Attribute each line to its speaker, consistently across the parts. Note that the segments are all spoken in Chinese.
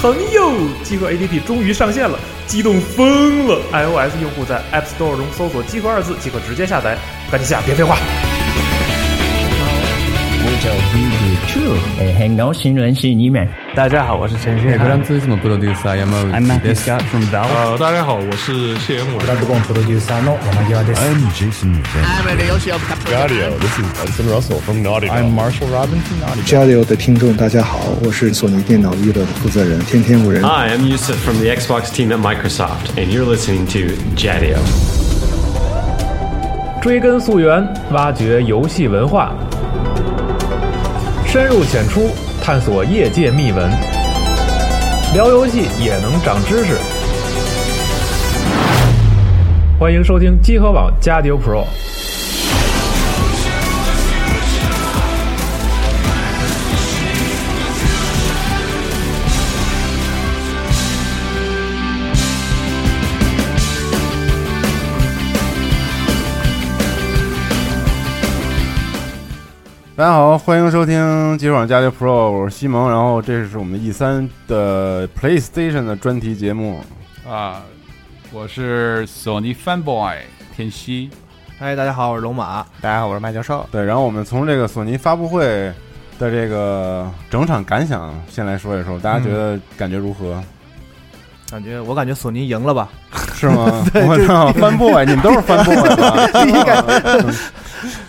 Speaker 1: 朋友，集合 APP 终于上线了，激动疯了！iOS 用户在 App Store 中搜索“集合”二字即可直接下载，赶紧下，别废话。大家好，我是陈迅。
Speaker 2: Gran-Turismo Produce Ayamaru this.
Speaker 3: from Valve.
Speaker 4: 呃，大家好，我是谢元伟。
Speaker 5: I'm Jason Van.
Speaker 6: I'm Marshall Robin from Naughty
Speaker 7: 交流的听众，大家好，我是索尼电脑娱乐的负责人天天五人。
Speaker 8: Hi, I'm Yusuf from the Xbox team at Microsoft, and you're listening to Jadio.
Speaker 1: 追根溯源，挖掘游戏文化，深入浅出探索业界秘闻，聊游戏也能长知识。欢迎收听集合网加丢 Pro。
Speaker 9: 大家好，欢迎收听《极爽家庭 Pro》，我是西蒙。然后这是我们 E 三的 PlayStation 的专题节目。
Speaker 2: 啊，我是索尼 fanboy 天熙，
Speaker 10: 嗨，大家好，我是龙马。大家好，我是麦教授。
Speaker 9: 对，然后我们从这个索尼发布会的这个整场感想先来说一说，大家觉得感觉如何？
Speaker 10: 感觉我感觉索尼赢了吧？
Speaker 9: 是吗？我操，翻 boy，你们都是翻 boy 吧？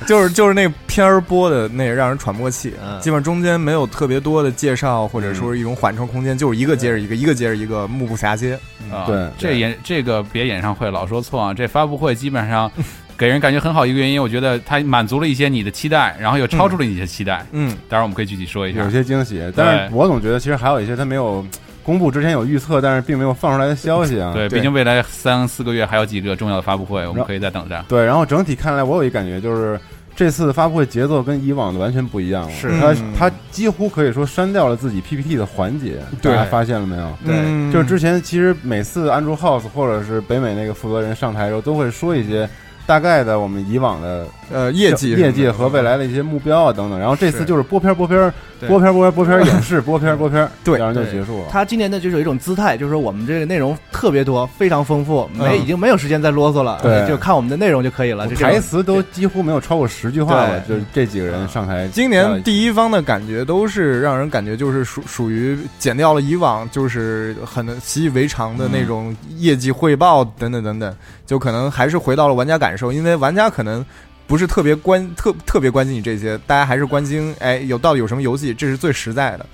Speaker 11: 就是就是那片儿播的那让人喘不过气，
Speaker 10: 嗯
Speaker 11: 基本上中间没有特别多的介绍或者说一种缓冲空间，就是一个接着一个，一个接着一个，目不暇接。
Speaker 2: 啊，
Speaker 9: 对
Speaker 2: 这演这个别演唱会老说错啊，这发布会基本上给人感觉很好一个原因，我觉得它满足了一些你的期待，然后又超出了你的期待。
Speaker 11: 嗯，
Speaker 2: 当然我们可以具体说一下
Speaker 9: 有。些惊喜，但是我总觉得其实还有一些他没有公布之前有预测，但是并没有放出来的消息啊。
Speaker 2: 对，毕竟未来三四个月还有几个重要的发布会，我们可以再等着。
Speaker 9: 对，然后整体看来，我有一感觉就是这次的发布会节奏跟以往的完全不一样了。
Speaker 10: 是
Speaker 9: 他
Speaker 11: 嗯
Speaker 9: 他几乎可以说删掉了自己 PPT 的环节，
Speaker 11: 对
Speaker 9: 大家发现了没有？
Speaker 11: 嗯
Speaker 9: 就是之前其实每次 Andrew House 或者是北美那个负责人上台的时候，都会说一些大概的我们以往的
Speaker 11: 呃业绩
Speaker 9: 业绩和未来的一些目标啊等等。然后这次
Speaker 11: 是
Speaker 9: 就是播片儿播片儿
Speaker 11: 对
Speaker 9: 播片儿播片儿播片儿演示播片儿播片儿，
Speaker 11: 对
Speaker 9: 然后就
Speaker 10: 对
Speaker 9: 结束了。
Speaker 10: 他今年的就是有一种姿态，就是说我们这个内容特别多，非常丰富，没、
Speaker 11: 嗯
Speaker 10: 已经没有时间再啰嗦了，
Speaker 9: 对
Speaker 10: 就看我们的内容就可以了。就这种
Speaker 9: 台词都几乎没有超过十句话了，就
Speaker 10: 对
Speaker 9: 是这几个人上台。
Speaker 11: 今
Speaker 9: 下
Speaker 11: 年
Speaker 9: 来
Speaker 11: 第一方的感觉都是让人感觉就是属属于减掉了以往就是很习以为常的那种业绩汇报等等等等，就可能还是回到了玩家感受，因为玩家可能不是特别关特特别关心你这些，大家还是关心哎有到底有什么游戏，这是最实在的。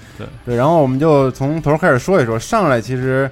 Speaker 9: 对，然后我们就从头开始说一说。上来其实，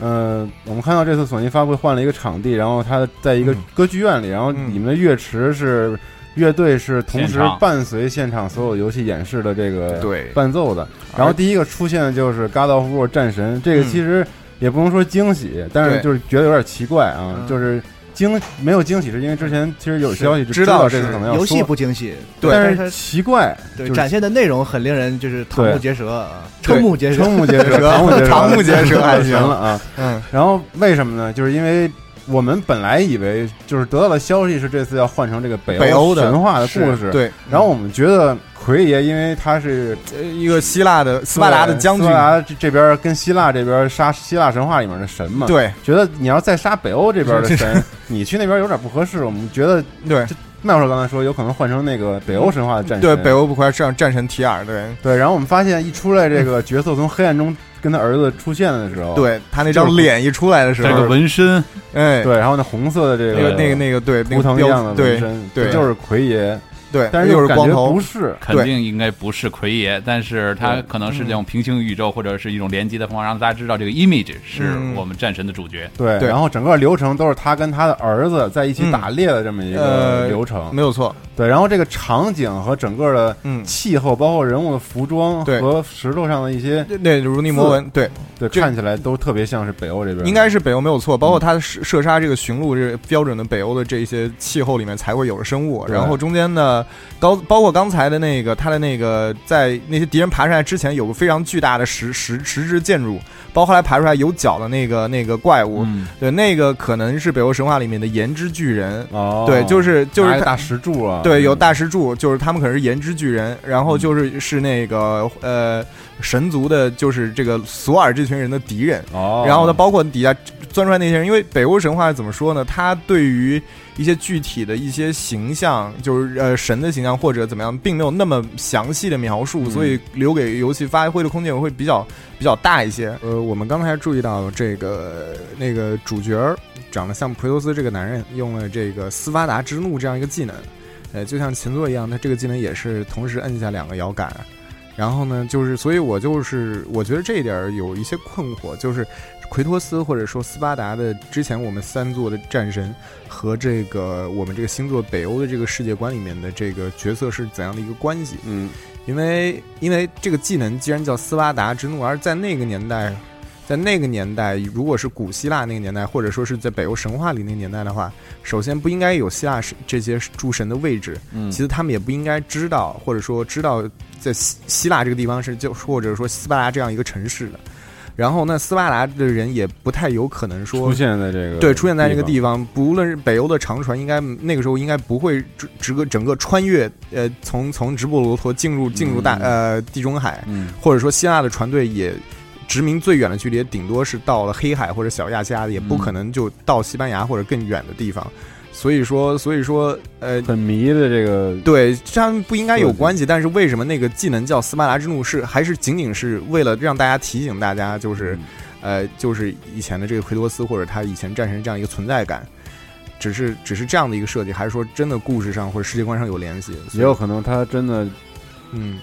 Speaker 9: 呃，我们看到这次索尼发布会换了一个场地，然后它在一个歌剧院里，然后
Speaker 11: 嗯
Speaker 9: 你们的乐池是乐队是同时
Speaker 2: 现场
Speaker 9: 伴随现场所有游戏演示的这个
Speaker 11: 嗯对
Speaker 9: 伴奏的。然后第一个出现的就是《God of War》战神，这个
Speaker 11: 嗯
Speaker 9: 其实也不能说惊喜，但是
Speaker 11: 对
Speaker 9: 就是觉得有点奇怪啊，
Speaker 10: 嗯
Speaker 9: 就是惊没有惊喜，是因为之前其实有消息就是知
Speaker 11: 知道
Speaker 9: 这次
Speaker 11: 是
Speaker 9: 可能要
Speaker 10: 游戏
Speaker 9: 说
Speaker 10: 不惊喜，
Speaker 11: 对
Speaker 10: 但
Speaker 9: 但
Speaker 10: 是
Speaker 9: 是
Speaker 10: 它
Speaker 9: 奇怪，
Speaker 10: 对、
Speaker 9: 就是
Speaker 10: 展现的内容很令人就是瞠目结舌，啊
Speaker 11: 对
Speaker 10: 瞠目结舌
Speaker 9: 瞠。目结 舌，
Speaker 11: 瞠目结舌
Speaker 9: 瞠目结 舌，
Speaker 11: 还行
Speaker 9: 行了啊。
Speaker 11: 嗯，
Speaker 9: 然后为什么呢？就是因为我们本来以为就是得到的消息是这次要换成这个北
Speaker 11: 北欧的
Speaker 9: 神话的
Speaker 11: 是
Speaker 9: 故事，。
Speaker 11: 对，
Speaker 9: 然后我们觉得奎爷，因为他是
Speaker 11: 呃一个希腊的斯巴达的将军
Speaker 9: 斯，巴达这这边跟希腊这边杀希腊神话里面的神嘛，，
Speaker 11: 对
Speaker 9: 觉得你要再杀北欧这边的 神，你去那边有点不合适。我们觉得
Speaker 11: 对
Speaker 9: 麦教授刚才说，有可能换成那个北欧神话的战神，
Speaker 11: 对，北欧不快战战神提尔，对
Speaker 9: 对。然后我们发现一出来这个角色从黑暗中跟他儿子出现的时候，
Speaker 11: 对，他那张脸一出来的时
Speaker 2: 这个
Speaker 11: 候，
Speaker 2: 纹身，
Speaker 11: 哎，
Speaker 9: 对，然后那红色的这
Speaker 11: 那个那个那个对，那
Speaker 9: 图
Speaker 11: 个
Speaker 9: 腾一
Speaker 11: 标
Speaker 9: 样的纹
Speaker 11: 对
Speaker 9: 身，
Speaker 11: 对
Speaker 9: 就是奎爷，
Speaker 11: 对，
Speaker 9: 但是
Speaker 11: 又
Speaker 9: 又
Speaker 11: 是
Speaker 9: 感
Speaker 11: 光
Speaker 9: 觉
Speaker 11: 头
Speaker 9: 不，是，
Speaker 2: 肯
Speaker 11: 对
Speaker 2: 定应该不是奎爷，但是他
Speaker 9: 对嗯
Speaker 2: 可能是这种平行宇宙或者是一种连接的方法，让大家知道这个 image 是
Speaker 11: 嗯
Speaker 2: 我们战神的主角。
Speaker 9: 对，
Speaker 11: 对嗯
Speaker 9: 然后整个流程都是他跟他的儿子在一起打猎的这么一个
Speaker 11: 呃
Speaker 9: 流程，
Speaker 11: 没有错，
Speaker 9: 对，然后这个场景和整个的
Speaker 11: 嗯，
Speaker 9: 气候，包括人物的服装
Speaker 11: 对
Speaker 9: 和石头上的一些，
Speaker 11: 那如逆魔纹，对，
Speaker 9: 对，
Speaker 11: 这
Speaker 9: 看起来都特别像是北欧这边，
Speaker 11: 应该是北欧没有错，包
Speaker 9: 嗯
Speaker 11: 括它的射射杀这个驯鹿，这个标准的北欧的这些气候里面才会有的生物。
Speaker 9: 对
Speaker 11: 然后中间呢，高包括刚才的那个，它的那个在那些敌人爬上来之前，有个非常巨大的石石石质建筑，包括后来爬出来有脚的那个那个怪物，
Speaker 2: 嗯，
Speaker 11: 对，那个可能是北欧神话里面的岩之巨人。
Speaker 9: 哦，
Speaker 11: 对，就是就是
Speaker 9: 拿一
Speaker 11: 它
Speaker 9: 大石柱啊，
Speaker 11: 对，有大石柱，就是他们可能是岩之巨人，然后就是是那个呃神族的，就是这个索尔这
Speaker 12: 群人的敌人。
Speaker 11: 哦
Speaker 12: 然后呢，包括底下钻出来那些人，因为北欧神话怎么说呢？它对于一些具体的一些形象，就是呃神的形象或者怎么样，并没有那么详细的描
Speaker 11: 嗯
Speaker 12: 述，所以留给游戏发挥的空间会比较比较大一些。
Speaker 11: 呃，我们刚才注意到这个那个主角儿长得像奎托斯这个男人用了这个斯巴达之怒这样一个技能，呃，就像秦作一样，他这个技能也是同时摁下两个摇杆。然后呢，就是所以我就是我觉得这一点儿有一些困惑，就是奎托斯或者说斯巴达的之前我们三座的战神和这个我们这个星座北欧的这个世界观里面的这个角色是怎样的一个关系？
Speaker 12: 嗯，
Speaker 11: 因为因为这个技能既然叫斯巴达之怒，而在那个年代，在那个年代，如果是古希腊那个年代，或者说是在北欧神话里那个年代的话，首先不应该有希腊神这些诸神的位置，
Speaker 12: 嗯
Speaker 11: 其次他们也不应该知道，或者说知道在希希腊这个地方是就或者说斯巴达这样一个城市的。然后呢，斯巴达的人也不太有可能说
Speaker 12: 出现
Speaker 11: 在这
Speaker 12: 个
Speaker 11: 对出现在这个
Speaker 12: 地方
Speaker 11: 地方，不论是北欧的长船，应该那个时候应该不会直直个整个穿越呃从从直布罗陀进入进入大、呃地中海，
Speaker 12: 嗯
Speaker 11: 或者说希腊的船队也殖民最远的距离，也顶多是到了黑海或者小亚细亚，也
Speaker 12: 嗯
Speaker 11: 不可能就到西班牙或者更远的地方。所以说，所以说，呃，
Speaker 12: 很迷的这个
Speaker 11: 对，他们不应该有
Speaker 12: 对对
Speaker 11: 关系，但是为什么那个技能叫斯巴达之怒是还是仅仅是为了让大家提醒大家，就是，
Speaker 12: 嗯
Speaker 11: 呃，就是以前的这个奎托斯或者他以前战神这样一个存在感，只是只是这样的一个设计，还是说真的故事上或者世界观上有联系？
Speaker 12: 也有可能他真的，
Speaker 11: 嗯，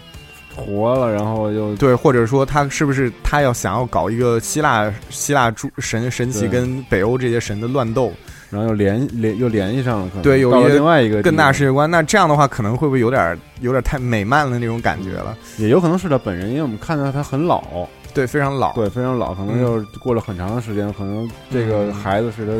Speaker 12: 活了，然后又
Speaker 11: 对，或者说他是不是他要想要搞一个希腊希腊诸神神奇
Speaker 12: 对
Speaker 11: 跟北欧这些神的乱斗，
Speaker 12: 然后又联联又联系上了，可能
Speaker 11: 对，有
Speaker 12: 到
Speaker 11: 一
Speaker 12: 了
Speaker 11: 些
Speaker 12: 另外一个
Speaker 11: 更
Speaker 12: 地方
Speaker 11: 大世界观，那这样的话可能会不会有点有点太美漫了那种感觉了？
Speaker 12: 也有可能是他本人，因为我们看到他很老，
Speaker 11: 对，非常老，
Speaker 12: 对，非常老，可能
Speaker 11: 啊嗯
Speaker 12: 又过了很长的时间，可能这个孩子是他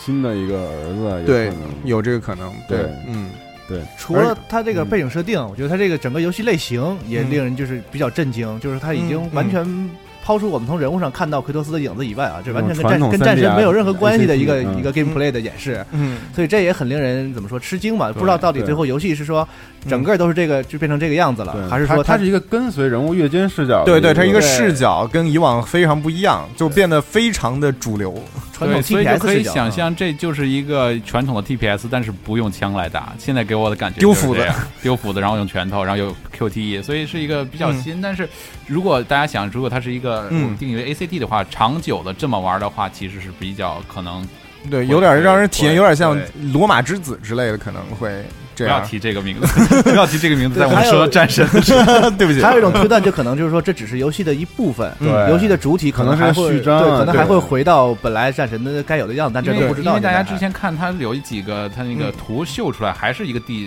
Speaker 12: 新的一个儿子，有
Speaker 11: 对
Speaker 12: 可能，
Speaker 11: 有这个可能，对
Speaker 12: 对，
Speaker 11: 嗯，
Speaker 12: 对，
Speaker 10: 除了它这个背景设定，我觉得它这个整个游戏类型也
Speaker 11: 嗯
Speaker 10: 令人就是比较震惊，就是它已
Speaker 11: 嗯
Speaker 10: 经完全抛出我们从人物上看到奎托斯的影子以外啊，这完全跟
Speaker 12: 传统
Speaker 10: 战跟战
Speaker 12: 3D
Speaker 10: 神
Speaker 12: 啊
Speaker 10: 没有任何关系的一个
Speaker 12: ACT 嗯
Speaker 10: 一个 gameplay 的演示，
Speaker 11: 嗯，
Speaker 10: 所以这也很令人怎么说吃惊吧？不知道到底
Speaker 12: 对
Speaker 10: 最后游戏是说整个都是这个就变成这个样子了，
Speaker 12: 对
Speaker 10: 还是
Speaker 12: 他
Speaker 10: 说
Speaker 12: 他是一个跟随人物跃迁视角的，
Speaker 11: 对对，它一个
Speaker 10: 对
Speaker 11: 视角跟以往非常不一样，就变得非常的主流。
Speaker 10: 传统
Speaker 2: 对，所以就
Speaker 10: TPS
Speaker 2: 可以
Speaker 10: 视角啊？
Speaker 2: 想象，这就是一个传统的 TPS，但是不用枪来打。现在给我的感觉
Speaker 11: 丢
Speaker 2: 就是
Speaker 11: 斧子
Speaker 2: 这样，丢斧子，然后用拳头，然后有 QTE，所以是一个比
Speaker 10: 嗯
Speaker 2: 较新。但是如果大家想，如果它是一个
Speaker 11: 嗯
Speaker 2: 我们定义为 ACT 的话，长久的这么玩的话，其实是比较可能。
Speaker 11: 对，
Speaker 2: 会
Speaker 11: 有点让人体验，
Speaker 2: 会
Speaker 11: 有点像
Speaker 2: 对
Speaker 11: 《罗马之子》之类的，可能会
Speaker 2: 不
Speaker 11: 这
Speaker 2: 要
Speaker 11: 样。
Speaker 2: 提这个名字， 不要提这个名字，在
Speaker 10: 啊对
Speaker 2: 我们
Speaker 10: 还有
Speaker 2: 说战 神的时候，
Speaker 11: 对不起，
Speaker 10: 还有一种推断，就可能就是说，这只是游戏的一部分，
Speaker 12: 对
Speaker 10: 游戏的主体可
Speaker 12: 可能
Speaker 10: 还
Speaker 12: 是
Speaker 10: 会
Speaker 12: 序章啊
Speaker 10: 对，可能还
Speaker 12: 对
Speaker 10: 会回到本来战神的该有的样子，但这
Speaker 2: 因为
Speaker 10: 都不知道。
Speaker 2: 因为大家
Speaker 10: 现在嗯
Speaker 2: 之前看他有几个他那个图秀出来，还是一个地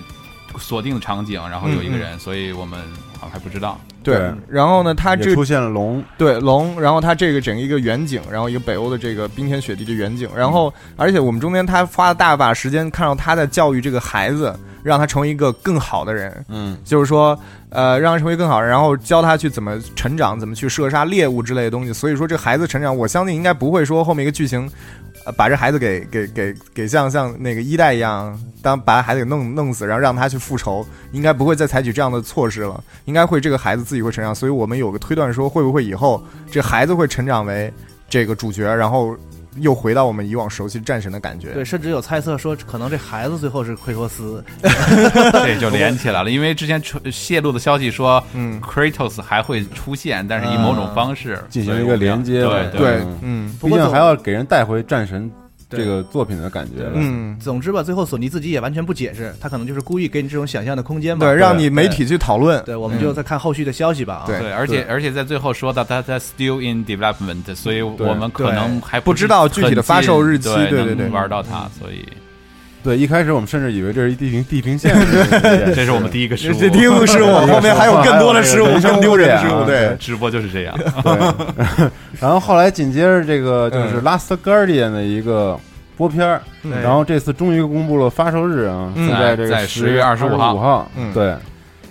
Speaker 2: 锁定的场景，然后有一
Speaker 10: 嗯
Speaker 2: 个人，所以我们好像还不知道。
Speaker 11: 对。然后呢，它
Speaker 12: 他
Speaker 11: 这
Speaker 12: 出现了龙，
Speaker 11: 对龙，然后它这个整一个远景，然后一个北欧的这个冰天雪地的远景，然后而且我们中间他花了大把时间看到他在教育这个孩子，让他成为一个更好的人，
Speaker 12: 嗯，
Speaker 11: 就是说，呃，让他成为更好人，然后教他去怎么成长，怎么去射杀猎物之类的东西。所以说，这孩子成长，我相信应该不会说后面一个剧情，呃，把这孩子给给给给像像那个一代一样，当把孩子给弄弄死，然后让他去复仇，应该不会再采取这样的措施了。应该会这个孩子自己会成长，所以我们有个推断说，会不会以后这孩子会成长为这个主角，然后又回到我们以往熟悉战神的感觉。
Speaker 10: 对，甚至有猜测说，可能这孩子最后是奎托斯，
Speaker 2: 对，就连起来了。因为之前出泄露的消息说，
Speaker 11: 嗯
Speaker 2: Kratos 还会出现，但是以某种方式
Speaker 12: 进行一个连接
Speaker 2: 对
Speaker 12: 对
Speaker 11: 对
Speaker 12: 嗯，
Speaker 11: 嗯
Speaker 12: 毕
Speaker 10: 过
Speaker 12: 竟
Speaker 10: 总
Speaker 12: 还要给人带回战神这个作品的感觉了，
Speaker 11: 嗯，
Speaker 10: 总之吧，最后索尼自己也完全不解释，他可能就是故意给你这种想象的空间吧。
Speaker 11: 啊对，让你媒体去讨论。
Speaker 10: 对，我们就再看后续的消息吧啊。
Speaker 11: 对
Speaker 2: 对，而且而且在最后说到它它 still in development，所以我们可能还
Speaker 11: 不知道具体的发售日期
Speaker 2: 对
Speaker 11: 对对对
Speaker 2: 能玩到它，所 以
Speaker 12: 对，一开始我们甚至以为这是一地平地平线，
Speaker 2: 这是我们第一个失误。
Speaker 11: 这第一个 失误，后面还有更多的失误，更丢人的失误。对，
Speaker 2: 直播就是这样，
Speaker 12: 对，然后后来紧接着这个就是《
Speaker 11: 嗯
Speaker 12: Last Guardian》的一个播片儿，然后这次终于公布了发售日啊，
Speaker 11: 嗯
Speaker 12: 是在这
Speaker 2: 在
Speaker 12: 个
Speaker 2: 10月
Speaker 12: 25
Speaker 2: 25
Speaker 12: 号。号
Speaker 11: 嗯
Speaker 12: 对，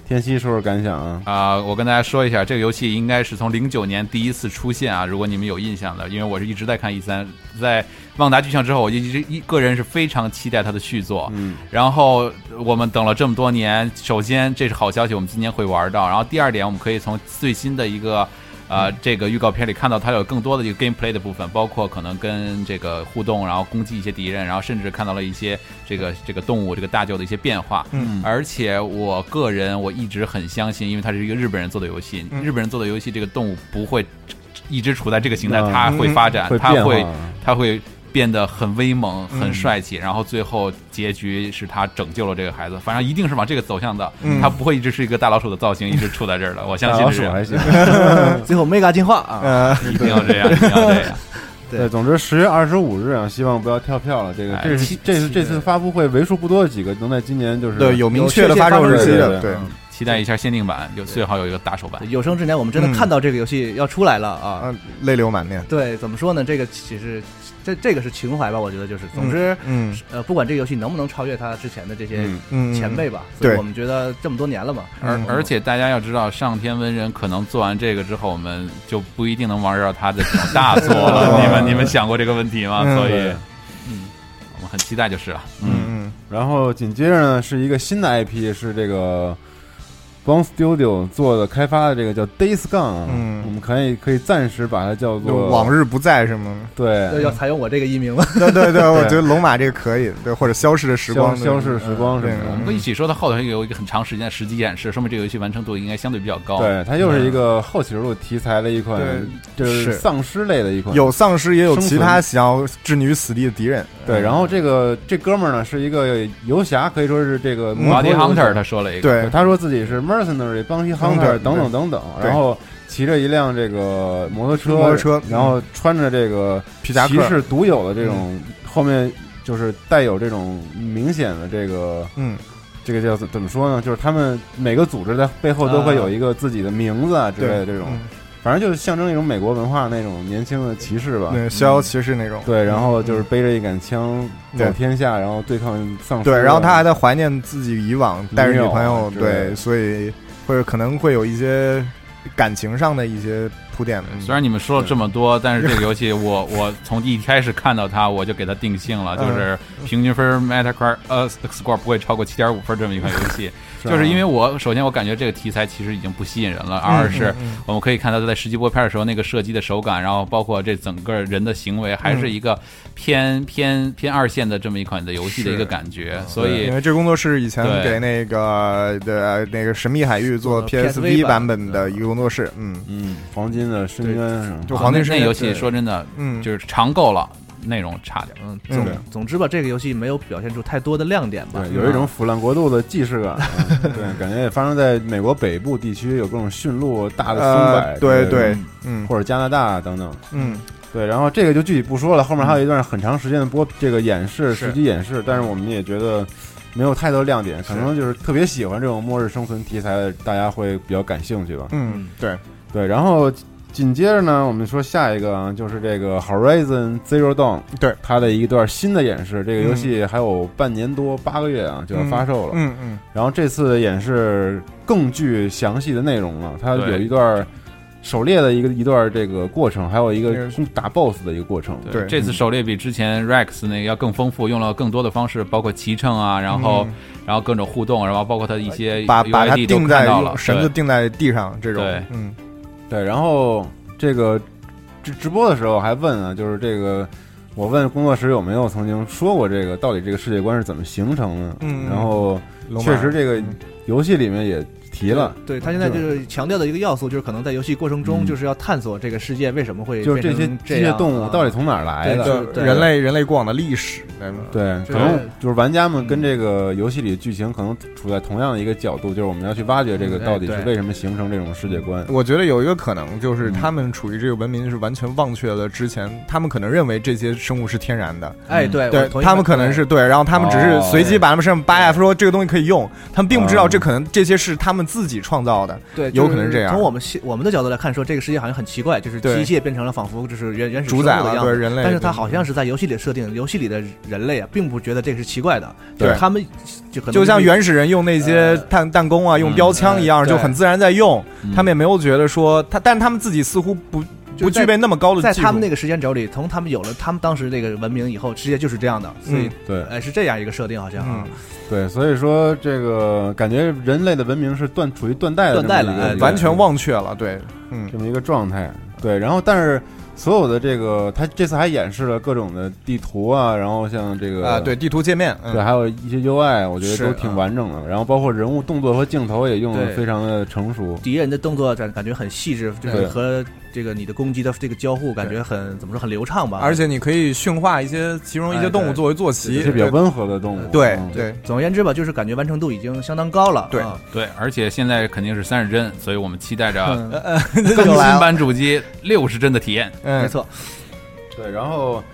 Speaker 12: 天熙说说感想啊。
Speaker 2: 啊、我跟大家说一下，这个游戏应该是从零九年第一次出现啊，如果你们有印象的，因为我是一直在看 E 三，在旺达巨像之后，我一直一个人是非常期待它的续作。
Speaker 12: 嗯，
Speaker 2: 然后我们等了这么多年，首先这是好消息，我们今年会玩到。然后第二点，我们可以从最新的一个。啊、
Speaker 9: 嗯
Speaker 2: 这个预告片里看到它有更多的一个 gameplay 的部分，包括可能跟这个互动，然后攻击一些敌人，然后甚至看到了一些这
Speaker 9: 嗯
Speaker 2: 个这个动物这个大舅的一些变化。嗯，而且我个人我一直很相信，因为它是一个日本人做的游戏，
Speaker 9: 嗯
Speaker 2: 日本人做的游戏这个动物不会一直处在这个形态，
Speaker 9: 嗯
Speaker 2: 它会发展，
Speaker 9: 会
Speaker 2: 它
Speaker 9: 变
Speaker 2: 会
Speaker 9: 化
Speaker 2: 它会。变得很威猛、很
Speaker 9: 嗯
Speaker 2: 帅气，然后最后结局是他拯救了这个孩子，反正一定是往这个走向的。
Speaker 10: 嗯
Speaker 2: 他不会一直是一个大老鼠的造型，一直处在这儿的。我
Speaker 9: 啊
Speaker 2: 相信嗯 是。
Speaker 10: 最后 mega 进化
Speaker 11: 呃
Speaker 10: 啊，
Speaker 2: 一定要这样，一定要这样。
Speaker 9: 对，总之十月二十五日啊，希望不要跳票了。这个
Speaker 2: 哎
Speaker 9: 这是
Speaker 2: 期
Speaker 9: 这是
Speaker 2: 期
Speaker 9: 这次发布会为数不多的几个能在今年就是
Speaker 2: 对有明确的
Speaker 9: 确切
Speaker 2: 发售日
Speaker 9: 日
Speaker 2: 期
Speaker 9: 期
Speaker 2: 的
Speaker 9: 对
Speaker 2: 对期待一下限定版，有最好有一个打手版。
Speaker 10: 有生之年我们真的看到这个游戏要出来了啊，
Speaker 11: 泪流满面。
Speaker 10: 对，怎么说呢？这个其实这这个是情怀吧，我觉得就是，总之，
Speaker 11: 嗯
Speaker 10: 呃，不管这个游戏能不能超越它之前的这些
Speaker 2: 嗯
Speaker 11: 嗯
Speaker 10: 前辈吧，
Speaker 2: 对
Speaker 10: 所以我们觉得这么多年了嘛，
Speaker 2: 而
Speaker 10: 嗯
Speaker 2: 而且大家要知道，上天文人可能做完这个之后，我们就不一定能玩到他的这种大作了。
Speaker 9: 嗯
Speaker 2: 你们你们想过这个问题吗？
Speaker 9: 嗯
Speaker 2: 所以
Speaker 9: 对，
Speaker 2: 嗯，我们很期待就是了。
Speaker 9: 嗯嗯。然后紧接着呢是一个新的 IP，是这个 Bone Studio 做的开发的这个叫 Days Gone，嗯，我们可以可以暂时把它叫
Speaker 11: 就
Speaker 9: 做
Speaker 11: 往日不在是吗？
Speaker 9: 对
Speaker 10: 要采用我这个艺名吗？
Speaker 11: 对 对对，我觉得龙马这个可以，对，或者消逝的呃时光，
Speaker 9: 消消逝的时光
Speaker 11: 对
Speaker 9: 什么的
Speaker 2: 我们一起说，它后头有一个很长时间的实际演示，说明这个游戏完成度应该相对比较高。
Speaker 9: 对，它又是一个后起之录题材的一款，就
Speaker 11: 对
Speaker 9: 是
Speaker 11: 是
Speaker 9: 丧尸类的一款，
Speaker 11: 有丧尸，也有
Speaker 9: 生
Speaker 11: 其
Speaker 9: 存
Speaker 11: 他想要置你于死地的敌人。
Speaker 9: 对，然后这个这哥们儿呢是一个游侠，可以说是这 个摩
Speaker 2: Bounty
Speaker 9: 托游侠
Speaker 2: Hunter，他说了一个
Speaker 9: 对，他说自己是 mercenary、bounty hunter 等等等等，
Speaker 11: 嗯对
Speaker 9: 然后骑着一辆这个摩托车，
Speaker 11: 摩托车嗯
Speaker 9: 然后穿着这个
Speaker 11: 皮夹克
Speaker 9: 骑士独有的这种，
Speaker 11: 嗯
Speaker 9: 后面就是带有这种明显的这个
Speaker 11: 嗯。
Speaker 9: 这个叫怎怎么说呢？就是他们每个组织在背后都会有一个自己的名字啊之类的
Speaker 11: 嗯对
Speaker 9: 这种
Speaker 11: 嗯，
Speaker 9: 反正就是象征一种美国文化那种年轻的骑士吧，
Speaker 11: 对逍遥骑士那种
Speaker 9: 啊嗯对，然后就是背着一杆枪走
Speaker 11: 对
Speaker 9: 天下，然后对抗丧
Speaker 2: 啊
Speaker 9: 尸。
Speaker 11: 对，然后他还在怀念自己以往带着女朋友，
Speaker 9: 女友之类
Speaker 11: 对，
Speaker 9: 的
Speaker 11: 所以或者可能会有一些感情上的一些铺垫。嗯
Speaker 2: 虽然你们说了这么多，但是这个游戏我我从一开始看到它，我就给它定性了，
Speaker 9: 嗯
Speaker 2: 就是平均分 Metacritic 呃 score 不会超过七点五分这么一款游戏。
Speaker 9: 是啊
Speaker 2: 就是因为我首先我感觉这个题材其实已经不吸引人了，二是
Speaker 9: 嗯嗯
Speaker 2: 我们可以看到它在实际播片的时候那个射击的手感，然后包括这整个人的行为，还是一个
Speaker 9: 嗯
Speaker 2: 偏偏偏二线的这么一款的游戏的一个感觉，所以
Speaker 11: 因为这工作室以前
Speaker 2: 对
Speaker 11: 给那个的那个《神秘海域》做
Speaker 2: PSV
Speaker 11: PSV 版本的一个工作室，嗯
Speaker 9: 嗯，黄金的啊深
Speaker 11: 对
Speaker 9: 渊是吧
Speaker 11: 就黄金
Speaker 2: 啊
Speaker 11: 深
Speaker 2: 那
Speaker 11: 渊
Speaker 2: 游戏
Speaker 11: 对
Speaker 2: 说真的，
Speaker 11: 嗯
Speaker 2: 就是尝够了，内容差点，
Speaker 10: 嗯，
Speaker 9: 嗯
Speaker 10: 总
Speaker 9: 对
Speaker 10: 总之吧，这个游戏没有表现出太多的亮点吧，
Speaker 9: 对，有一种腐烂国度的既视 感，嗯对，感觉也发生在美国北部地区，有各种驯鹿、大的松柏
Speaker 11: 呃
Speaker 9: 之类的，
Speaker 11: 对对嗯
Speaker 9: 或者加拿大等等，
Speaker 11: 嗯，
Speaker 9: 对，然后这个就具体不说了，后面还有一段很长时间的播这个演示、
Speaker 11: 是
Speaker 9: 实际演示，但是我们也觉得没有太多亮点，可能就是特别喜欢这种末日生存题材的，大家会比较感兴趣吧，
Speaker 11: 嗯，对
Speaker 9: 对，然后紧接着呢，我们说下一个啊，就是这个 Horizon Zero Dawn，
Speaker 11: 对
Speaker 9: 它的一段新的演示，这个
Speaker 11: 嗯
Speaker 9: 游戏还有半年多八个月啊就要发售了，
Speaker 11: 嗯嗯，
Speaker 9: 然后这次的演示更具详细的内容了，它
Speaker 2: 对
Speaker 9: 有一段。狩猎的一个一段这个过程，还有一个打 BOSS 的一个过程。
Speaker 2: 这次狩猎比之前 Rex 那个要更丰富，用了更多的方式，包括骑乘啊，然后、
Speaker 11: 嗯
Speaker 2: 然后各种互动，然后包括它的一些
Speaker 11: 把把它
Speaker 2: UID 都
Speaker 11: 定
Speaker 2: 看
Speaker 11: 在
Speaker 2: 到了，
Speaker 11: 绳子
Speaker 2: 对
Speaker 11: 定在地上这种
Speaker 2: 对，
Speaker 11: 嗯
Speaker 9: 对，然后这个直直播的时候还问啊，就是这个我问工作室有没有曾经说过这个到底这个世界观是怎么形成的？
Speaker 10: 嗯
Speaker 9: 然后
Speaker 10: 龙马嗯
Speaker 9: 确实这个游戏里面也提了，
Speaker 10: 对他现在就是强调的一个要素，就是可能在游戏过程中，就是要探索这个世界为什么会
Speaker 9: 就是这些
Speaker 10: 变成
Speaker 9: 机
Speaker 10: 这样
Speaker 9: 械动物
Speaker 10: 啊
Speaker 9: 到底从哪儿来
Speaker 10: 对
Speaker 9: 的
Speaker 10: 就？对
Speaker 9: 人类
Speaker 11: 人类过往的历史，嗯对吗？
Speaker 9: 对，
Speaker 11: 就
Speaker 9: 可能就是玩家们跟这个游戏里的剧情可能处在同样的一个角度，就是我们要去挖掘这个
Speaker 11: 嗯
Speaker 9: 到底
Speaker 11: 哎
Speaker 9: 是
Speaker 11: 对
Speaker 9: 为什么形成这种世界
Speaker 10: 嗯
Speaker 9: 观。
Speaker 11: 我觉得有一个可能就是他们处于这个文明是完全忘却了之前，他们可能认为这些生物是天然的。
Speaker 10: 哎对我
Speaker 11: 对
Speaker 10: 同意
Speaker 11: 他们可能是对，然后他们只是
Speaker 9: 哦
Speaker 11: 随机把他们身上扒下，说这个东西可以用，他们并不知道
Speaker 9: 哦
Speaker 11: 这可能这些是他们自己创造的，
Speaker 10: 对，就
Speaker 11: 有可能这样
Speaker 10: 从。我们系我们的角度来看，说这个世界好像很奇怪，就是机
Speaker 11: 对
Speaker 10: 械变成了仿佛就是原原始
Speaker 11: 主
Speaker 10: 生物
Speaker 11: 宰
Speaker 10: 的
Speaker 11: 了
Speaker 10: 样子，
Speaker 11: 对人类
Speaker 10: 但是它
Speaker 11: 对
Speaker 10: 好像是在游戏里设定，游戏里的人类啊，并不觉得这个是奇怪的，
Speaker 11: 对
Speaker 10: 就是他们就可能
Speaker 11: 就像原始人用那些弹弹弓啊、用标枪一样，
Speaker 10: 呃嗯
Speaker 11: 就很自然在用
Speaker 2: 嗯。
Speaker 11: 他们也没有觉得说他，但他们自己似乎不不具备那么高的
Speaker 10: 在
Speaker 11: 技术
Speaker 10: 他们那个时间轴里，从他们有了他们当时这个文明以后，世界就是这样的，所以
Speaker 9: 嗯对
Speaker 10: 呃，是这样一个设定，好像啊，
Speaker 11: 嗯
Speaker 9: 对，所以说这个感觉人类的文明是断处于断代的这么
Speaker 10: 断代
Speaker 9: 一个，
Speaker 10: 了哎
Speaker 9: 一
Speaker 10: 完
Speaker 9: 个
Speaker 10: 全
Speaker 11: 嗯忘却了，对，嗯，
Speaker 9: 这么一个状态，对。然后，但是所有的这个，他这次还演示了各种的地图啊，然后像这个
Speaker 11: 啊对地图界面嗯
Speaker 9: 对，还有一些 UI，我觉得
Speaker 11: 是
Speaker 9: 都挺完整的。然后包括人物动作和镜头也用的
Speaker 10: 嗯对
Speaker 9: 非常的成熟，
Speaker 10: 敌人的动作感感觉很细致，就是
Speaker 9: 对
Speaker 10: 和这个你的攻击的这个交互感觉很怎么说很流畅吧，
Speaker 11: 而且你可以驯化一些其中一
Speaker 10: 哎
Speaker 11: 些动物作为坐骑，
Speaker 9: 是比较温和的动物。
Speaker 11: 对
Speaker 9: 嗯
Speaker 11: 对，
Speaker 10: 总而言之吧，就是感觉完成度已经相当高了。啊对，
Speaker 2: 对，而且现在肯定是三十帧，所以我们期待着
Speaker 10: 嗯
Speaker 11: 呃
Speaker 2: 更新版主机六十帧的体验。
Speaker 11: 嗯
Speaker 10: 没错。
Speaker 9: 对，然后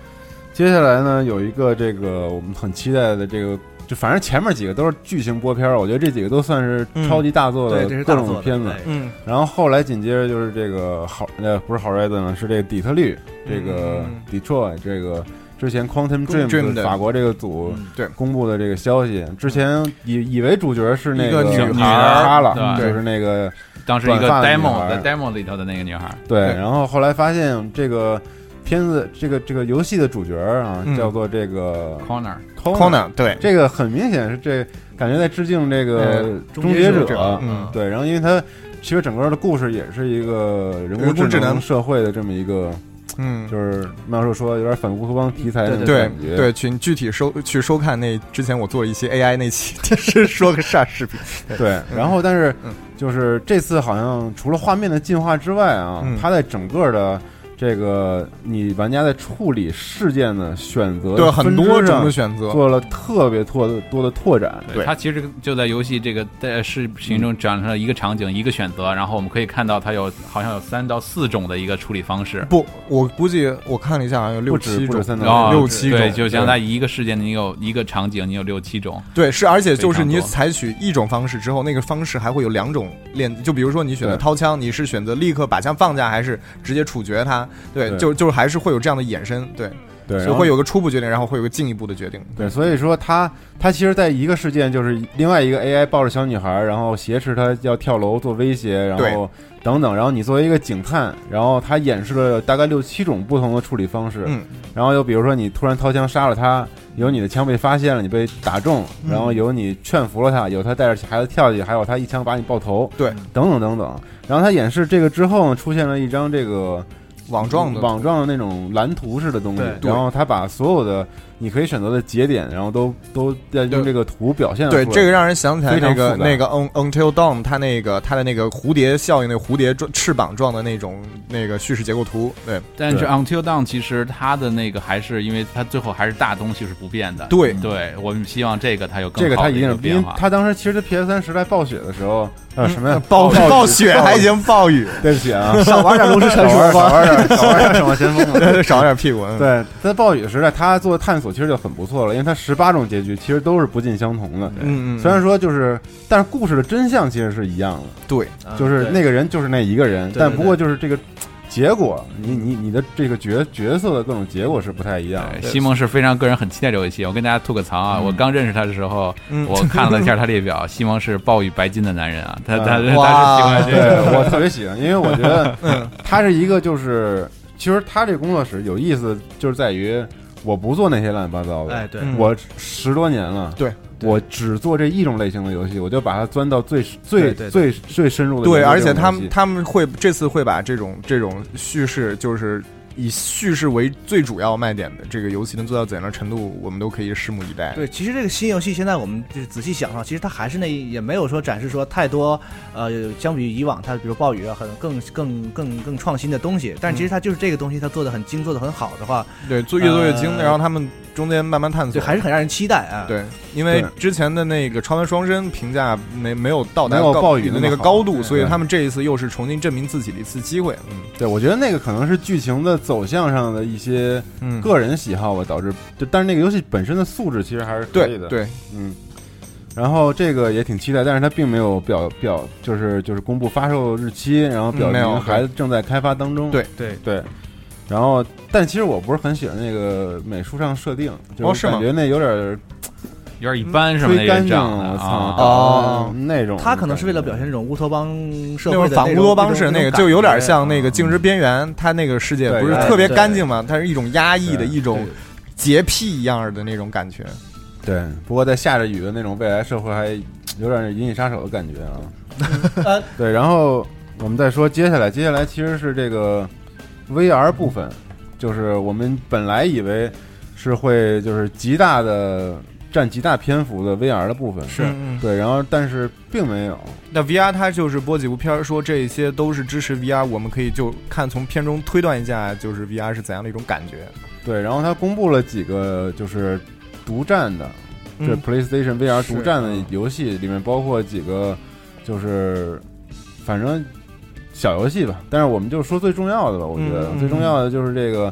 Speaker 9: 接下来呢，有一个这个我们很期待的这个，就反正前面几个都是巨型播片儿，我觉得这几个都算是超级大作的
Speaker 10: 嗯对这是
Speaker 9: 各
Speaker 10: 大
Speaker 9: 种
Speaker 10: 作的
Speaker 9: 片子
Speaker 10: 哎。
Speaker 11: 嗯，
Speaker 9: 然后后来紧接着就是这个好，呃，不是好 r e d 呢，是这个底特律，这个
Speaker 10: 嗯
Speaker 9: Detroit，这个之前 Quantum
Speaker 11: Dream
Speaker 9: Dream
Speaker 11: 的
Speaker 9: 法国这个
Speaker 10: 嗯
Speaker 9: 组
Speaker 11: 对
Speaker 9: 公布的这个消息，之前以以为主角是那
Speaker 11: 一个女
Speaker 9: 女
Speaker 11: 孩儿
Speaker 9: 她
Speaker 2: 对
Speaker 9: 了，就是那个
Speaker 2: 当时一个
Speaker 9: 短发的女孩
Speaker 2: demo
Speaker 9: 儿
Speaker 2: 在 demo 里头的那个女孩儿，
Speaker 9: 对，然后后来发现这个片子，这个这个游戏的主角啊，
Speaker 2: 嗯
Speaker 9: 叫做这个
Speaker 2: Connor
Speaker 9: Connor，
Speaker 11: Connor，对
Speaker 9: 这个很明显是这感觉在致敬这
Speaker 11: 呃
Speaker 9: 个
Speaker 11: 终
Speaker 9: 结
Speaker 11: 结
Speaker 9: 者，
Speaker 11: 者嗯
Speaker 9: 对，然后因为它其实整个的故事也是一个人
Speaker 11: 人
Speaker 9: 工
Speaker 11: 工智
Speaker 9: 能
Speaker 11: 能
Speaker 9: 社会的这么一个，
Speaker 11: 嗯
Speaker 9: 就是妙兽说有点反乌托邦题材的那种
Speaker 11: 对
Speaker 9: 感觉，
Speaker 11: 对，去具体收去收看那之前我做一期 AI 那期， 这是说个啥视频？
Speaker 9: 对，
Speaker 11: 嗯
Speaker 9: 然后但是就是这次好像除了画面的进化之外啊，
Speaker 11: 嗯
Speaker 9: 它在整个的这个你玩家在处理事件的选择，
Speaker 11: 对很多
Speaker 9: 分支上
Speaker 11: 种的选择
Speaker 9: 做了特别拓多的拓展。
Speaker 2: 它其实就在游戏这个在视频中展示了一个场景一个选择，然后我们可以看到它有好像有三到四种的一个处理方式。
Speaker 11: 不，我估计我看了一下，好像有六
Speaker 9: 不止
Speaker 11: 七
Speaker 9: 不
Speaker 11: 种
Speaker 9: 止三，
Speaker 2: 啊
Speaker 11: 嗯六七种，
Speaker 2: 对，就相当
Speaker 11: 于。
Speaker 2: 于一个事件，你有一个场景，你有六七种。
Speaker 11: 对，是，而且就是
Speaker 2: 非
Speaker 11: 你
Speaker 2: 常多
Speaker 11: 采取一种方式之后，那个方式还会有两种练，就比如说你选择
Speaker 2: 对
Speaker 11: 掏枪，你是选择立刻把枪放下，还是直接处决他？对，
Speaker 9: 对
Speaker 11: 就就是还是会有这样的衍生，对，
Speaker 9: 对然
Speaker 11: 就
Speaker 9: 后
Speaker 11: 会有个初步决定，然后会有个进一步的决定。
Speaker 9: 对，所以说它它其实在一个事件，就是另外一个 AI 抱着小女孩，然后挟持她要跳楼做威胁，然
Speaker 11: 对
Speaker 9: 后等等，然后你作为一个警探，然后它演示了大概六七种不同的处理方式，
Speaker 11: 嗯，
Speaker 9: 然后又比如说你突然掏枪杀了他，有你的枪被发现了，你被打中，
Speaker 11: 嗯
Speaker 9: 然后有你劝服了他，有他带着孩子跳下去，还有他一枪把你爆头，
Speaker 11: 对，
Speaker 9: 等等等等。然后他演示这个之后呢，出现了一张这个
Speaker 11: 网状的
Speaker 9: 网状的那种蓝图式的东西，
Speaker 11: 对
Speaker 9: 然后他把所有的你可以选择的节点，然后都都在用这个图表现了出来
Speaker 11: 对，这个让人想起来
Speaker 9: 非常
Speaker 11: 那个
Speaker 9: 复杂
Speaker 11: 那个 Un Until Dawn，它那个它的那个蝴蝶效应，那个蝴蝶状翅膀状的那种那个叙事结构图。对，
Speaker 2: 但是
Speaker 11: 对
Speaker 2: Until Dawn 其实它的那个还是因为它最后还是大东西是不变的。
Speaker 11: 对
Speaker 2: 对，我们希望这个它有更
Speaker 9: 这个
Speaker 2: 好
Speaker 9: 他
Speaker 2: 的
Speaker 9: 一
Speaker 2: 一
Speaker 9: 定
Speaker 2: 个
Speaker 9: 是，因
Speaker 2: 变
Speaker 9: 为
Speaker 2: 化。嗯
Speaker 9: 他当时其实他 PS 三时代暴雪的时候，呃，什么呀？
Speaker 11: 嗯暴暴
Speaker 9: 雪
Speaker 11: 雪还行，暴雨，
Speaker 9: 对不起啊，
Speaker 11: 少玩点炉石传说
Speaker 9: 少
Speaker 11: 吧
Speaker 9: 玩点，少玩点守望先锋
Speaker 11: 对
Speaker 9: 了，
Speaker 11: 少玩点屁股嗯
Speaker 9: 对，在暴雨时代，他做探索其实就很不错了，因为他十八种结局其实都是不尽相同的。
Speaker 11: 嗯嗯
Speaker 9: 虽然说就是，但是故事的真相其实是一样的。
Speaker 11: 对
Speaker 10: 呃
Speaker 9: 就是
Speaker 11: 嗯对
Speaker 9: 那个人就是那一个人，
Speaker 11: 对
Speaker 9: 但
Speaker 11: 对
Speaker 9: 不过就是这个结果，你你你的这个角角色的各种结果是不太一样的。
Speaker 2: 西蒙是非常个人很期待这游戏，我跟大家吐个槽啊！
Speaker 9: 嗯
Speaker 2: 我刚认识他的时候，
Speaker 9: 嗯
Speaker 2: 我看了一下他列表， 西蒙是暴雨白金的男人啊，他他他是
Speaker 9: 嗯
Speaker 2: 喜欢
Speaker 11: 哎
Speaker 2: 这
Speaker 9: 对
Speaker 2: 个，
Speaker 9: 我特别喜欢，因为我觉 得
Speaker 11: 嗯
Speaker 9: 他是一个就是，其实他这工作室有意思，就是在于我不做那些乱七八糟的，
Speaker 11: 嗯
Speaker 10: 哎对
Speaker 9: 我十多年了，
Speaker 11: 对。
Speaker 9: 我只做这一种类型的游戏，我就把它钻到最最
Speaker 11: 对对
Speaker 9: 最最深入的
Speaker 11: 对，
Speaker 9: 研究
Speaker 11: 而
Speaker 9: 这
Speaker 11: 且
Speaker 9: 种
Speaker 11: 他
Speaker 9: 游戏
Speaker 11: 们他们会这次会把这种这种叙事，就是以叙事为最主要卖点的这个游戏能做到怎样的程度，我们都可以拭目以待。
Speaker 10: 对，其实这个新游戏现在我们就是仔细想啊，其实它还是那也没有说展示说太多，呃，相比于以往它比如暴雨啊，很更更更更创新的东西，但
Speaker 11: 嗯
Speaker 10: 其实它就是这个东西它做的很精，做的很好的话，
Speaker 11: 对，做越做越精，
Speaker 10: 呃
Speaker 11: 然后他们中间慢慢探索，
Speaker 10: 对还是很让人期待啊。
Speaker 11: 对，因为
Speaker 10: 对
Speaker 11: 之前的那个《超凡双生》评价没没有到达
Speaker 9: 没有
Speaker 11: 高
Speaker 9: 暴雨
Speaker 11: 的
Speaker 9: 那么
Speaker 11: 那个
Speaker 9: 好
Speaker 11: 高度，所以
Speaker 9: 对
Speaker 11: 他们这一次又是重新证明自己的一次机会。嗯，
Speaker 9: 对，我觉得那个可能是剧情的走向上的一些
Speaker 11: 嗯
Speaker 9: 个人喜好吧，导致就但是那个游戏本身的素质其实还是可以的，
Speaker 11: 对对
Speaker 9: 嗯。然后这个也挺期待，但是它并没有表表，就是就是公布发售日期，然后表
Speaker 11: 嗯没有
Speaker 9: 明还正在开发当中。
Speaker 11: 对
Speaker 10: 对
Speaker 9: 对。然后，但其实我不是很喜欢那个美术上设定，
Speaker 11: 哦
Speaker 9: 就是是
Speaker 11: 吗
Speaker 9: 感觉那有点儿
Speaker 2: 有点一般是吧？那人长得啊，
Speaker 9: 哦，那种
Speaker 10: 他可能是为了表现这种乌托邦社
Speaker 11: 那
Speaker 10: 会
Speaker 11: 种
Speaker 10: 的
Speaker 11: 反乌
Speaker 10: 种
Speaker 11: 托邦式那个，就有点像那
Speaker 10: 个。
Speaker 11: 个《静之边缘》，它那个世界不是
Speaker 10: 对
Speaker 11: 特别
Speaker 10: 对
Speaker 11: 干净嘛，它是一种压抑的
Speaker 9: 对
Speaker 11: 一种洁癖一样的那种感觉。
Speaker 9: 对，不过在下着雨的那种未来社会，还有点《银翼杀手》的感觉
Speaker 10: 呃
Speaker 9: 啊。对，然后我们再说接下来，接下来其实是这个 VR 部分，就是我们本来以为是会就是极大的占极大篇幅的 VR 的部分，
Speaker 11: 是嗯嗯
Speaker 9: 对，然后但是并没有，
Speaker 11: 那 VR 它就是播几部片儿，说这些都是支持 VR，我们可以就看从片中推断一下，就是 VR 是怎样的一种感觉。
Speaker 9: 对，然后他公布了几个就是独占的，
Speaker 11: 嗯
Speaker 9: 这 PlayStation VR
Speaker 11: 是嗯
Speaker 9: 独占的游戏里面包括几个就是反正小游戏吧，但是我们就说最重要的吧，我觉得、
Speaker 11: 嗯嗯
Speaker 9: 最重要的就是这个。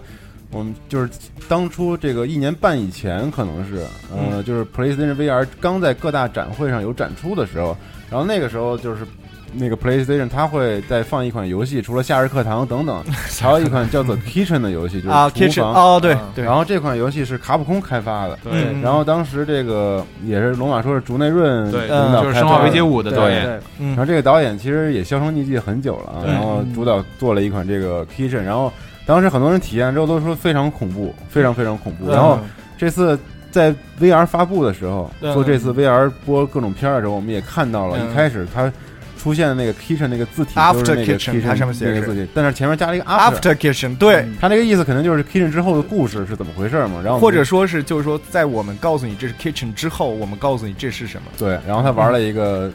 Speaker 9: 我们就是当初这个一年半以前，可能是，呃，
Speaker 11: 嗯
Speaker 9: 就是 PlayStation VR 刚在各大展会上有展出的时候，然后那个时候就是那个 PlayStation 它会再放一款游戏，除了《夏日课堂》等 等，还有一款叫做 Kitchen 的游戏，就是
Speaker 11: 啊
Speaker 9: 厨
Speaker 11: ，Kitchen，
Speaker 9: 房嗯
Speaker 11: 哦对对
Speaker 9: 然后这款游戏是卡普空开发的，
Speaker 11: 对嗯
Speaker 9: 然后当时这个也是龙马说是竹内润
Speaker 2: 对
Speaker 9: 领导
Speaker 11: 嗯
Speaker 2: 就是
Speaker 9: 开
Speaker 2: 生
Speaker 9: 发
Speaker 2: 化危机五的导演
Speaker 9: 对对
Speaker 2: 嗯
Speaker 9: 然后这个导演其实也销声匿迹很久了啊，
Speaker 11: 嗯
Speaker 2: 对
Speaker 9: 然后主导做了一款这个 Kitchen，然后当时很多人体验之后都说非常恐怖，非常非常恐怖。
Speaker 11: 嗯
Speaker 9: 然后这次在 VR 发布的时候，
Speaker 11: 嗯
Speaker 9: 做这次 VR 播各种片儿的时候，我们也看到了，
Speaker 11: 嗯
Speaker 9: 一开始它出现的那个 Kitchen 那个字体
Speaker 11: After
Speaker 9: 就是那个
Speaker 11: kitchen，它上面写的
Speaker 9: 那
Speaker 11: 是
Speaker 9: 个字体，但是前面加了一个
Speaker 10: 嗯
Speaker 11: After Kitchen，对，
Speaker 9: 它那个意思肯定就是 Kitchen 之后的故事是怎么回事嘛，然后我们
Speaker 11: 或者说是就是说，在我们告诉你这是 Kitchen 之后，我们告诉你这是什么。
Speaker 9: 对，然后他玩了一个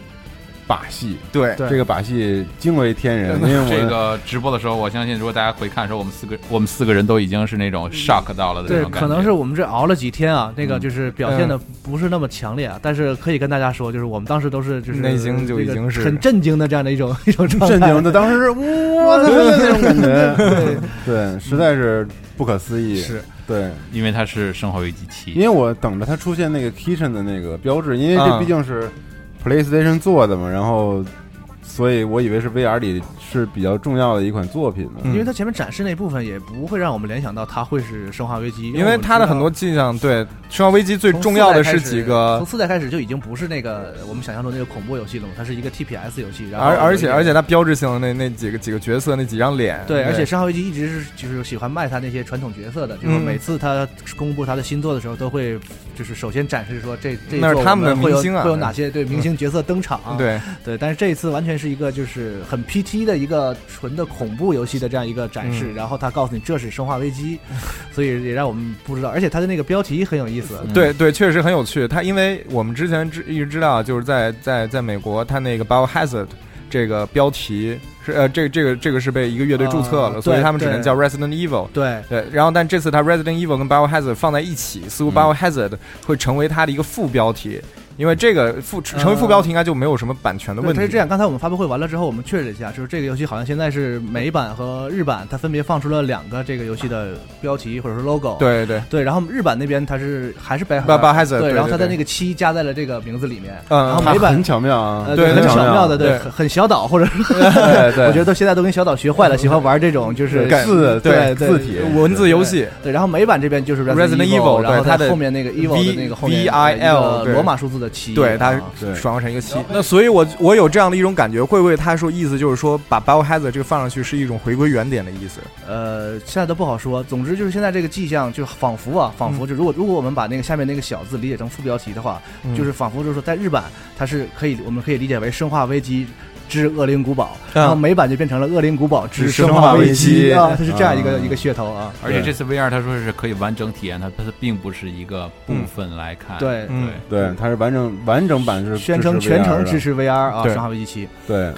Speaker 9: 把戏，
Speaker 11: 对对
Speaker 9: 这个把戏惊为天人，因为 我
Speaker 2: 这个直播的时候，我相信如果大家回看的时候，我们四个我们四个人都已经是那种 shock 到了的那
Speaker 10: 嗯对，
Speaker 2: 种感
Speaker 10: 可
Speaker 2: 觉。
Speaker 10: 能是我们这熬了几天啊，那个就是表现的
Speaker 2: 嗯
Speaker 10: 不是那么强烈啊，但是可以跟大家说，就是我们当时都是就是
Speaker 11: 内心就已经是
Speaker 10: 这个很震惊的这样的一种一种状态
Speaker 9: 震惊的，当时是我操那种感觉，对，实在是不可思议，
Speaker 2: 是
Speaker 9: 对，
Speaker 2: 因为它是《生化危机七》，
Speaker 9: 因为我等着它出现那个 kitchen 的那个标志，因为这
Speaker 2: 嗯
Speaker 9: 毕竟是 PlayStation 做的嘛，然后。所以我以为是 VR 里是比较重要的一款作品呢，
Speaker 11: 嗯
Speaker 10: 因为它前面展示那部分也不会让我们联想到它会是《生化危机》，
Speaker 11: 因为它的很多迹象，对《生化危机》最
Speaker 10: 从
Speaker 11: 重要的
Speaker 10: 四
Speaker 11: 是
Speaker 10: 代开
Speaker 11: 几
Speaker 10: 始
Speaker 11: 个
Speaker 10: 从四代开始就已经不是那个我们想象中那个恐怖游戏了嘛，它是一个 TPS 游戏，然后
Speaker 11: 而而且
Speaker 10: 有一个
Speaker 11: 而且它标志性的那那几个几个角色那几张脸，
Speaker 10: 对，而且《生化危机》一直是就是喜欢卖他那些传统角色的，就是
Speaker 11: 嗯
Speaker 10: 每次他公布他的新作的时候，都会就是首先展示说这这一
Speaker 11: 那是
Speaker 10: 作
Speaker 11: 他
Speaker 10: 我
Speaker 11: 们的
Speaker 10: 会有
Speaker 11: 明星啊
Speaker 10: 会有哪些对
Speaker 11: 嗯
Speaker 10: 明星角色登场啊、
Speaker 11: 对
Speaker 10: 对，但是这一次完全是一个就是很 PT 的一个纯的恐怖游戏的这样一个展示，
Speaker 11: 嗯
Speaker 10: 然后他告诉你这是《生化危 机》，所以也让我们不知道，而且他的那个标题很有意思，
Speaker 11: 对对，确实很有趣。它因为我们之前知一直知道，就是在在在美国，它那个 Biohazard 这个标题是呃，这这个这个是被一个乐队注册了，
Speaker 10: 啊
Speaker 11: 所以
Speaker 10: 对
Speaker 11: 他们只能
Speaker 10: 对
Speaker 11: 叫 Resident Evil。
Speaker 10: 对
Speaker 11: 对，然后但这次它 Resident Evil 跟 Biohazard 放在一起，似乎 Biohazard 会成为它的一个副标题，因为这个副成为副标题应该就没有什么版权的
Speaker 10: 对
Speaker 11: 问
Speaker 10: 它
Speaker 11: 题
Speaker 10: 是。这样，刚才我们发布会完了之后，我们确认了一下，就是这个游戏好像现在是美版和日版，它分别放出了两个这个游戏的标题或者是 logo。
Speaker 11: 对对
Speaker 10: 对，然后日版那边它是还是白
Speaker 11: 巴巴海子
Speaker 10: 对，
Speaker 11: 对
Speaker 10: 然后它
Speaker 11: 对
Speaker 10: 在
Speaker 11: 对
Speaker 10: 那个七加在了这个名字里面，
Speaker 11: 嗯
Speaker 10: 然后
Speaker 11: 它
Speaker 10: 美版
Speaker 11: 很巧
Speaker 9: 妙啊
Speaker 10: 呃
Speaker 11: 对
Speaker 10: 很
Speaker 11: 很
Speaker 10: 巧
Speaker 11: 巧妙
Speaker 10: 妙的，
Speaker 11: 对
Speaker 10: 很很小岛或者是，
Speaker 11: 对
Speaker 10: 我觉得现在都跟小岛学坏了，喜欢玩这种就是
Speaker 11: 对字对
Speaker 10: 对对
Speaker 11: 字体文字游戏。
Speaker 10: 对，然后美版这边就是
Speaker 11: Resident Evil，
Speaker 10: 然后
Speaker 11: 对它的
Speaker 10: 后面那个 evil 的
Speaker 11: V-
Speaker 10: 那个后面呃
Speaker 11: V I L，
Speaker 10: 一个
Speaker 11: 对
Speaker 10: 罗马数字的七，
Speaker 11: 对，它
Speaker 10: 啊
Speaker 11: 转化成一个七。那所以我，我有这样的一种感觉，会不会他说意思就是说，把 Biohazard 这个放上去是一种回归原点的意思？
Speaker 10: 呃，现在都不好说。总之就是现在这个迹象，就仿佛啊，仿佛就如果如果我们把那个下面那个小字理解成副标题的话，
Speaker 11: 嗯
Speaker 10: 就是仿佛就是说，在日版它是可以，我们可以理解为《生化危机》之《恶灵古堡》然后美版就变成了《恶灵古堡
Speaker 11: 嗯
Speaker 10: 之
Speaker 11: 之生
Speaker 10: 生
Speaker 11: 化
Speaker 10: 化
Speaker 11: 危
Speaker 10: 机
Speaker 11: 机》
Speaker 10: 啊，它是这样一个、
Speaker 2: 嗯
Speaker 10: 一个噱头啊。
Speaker 2: 而且这次 VR 它说是可以完整体验，它它并不是一个部分来看。
Speaker 10: 对嗯
Speaker 9: 对，它是完整完整版是
Speaker 10: 宣称全程支持 VR 啊
Speaker 9: 对
Speaker 10: 生化危机七
Speaker 9: 对，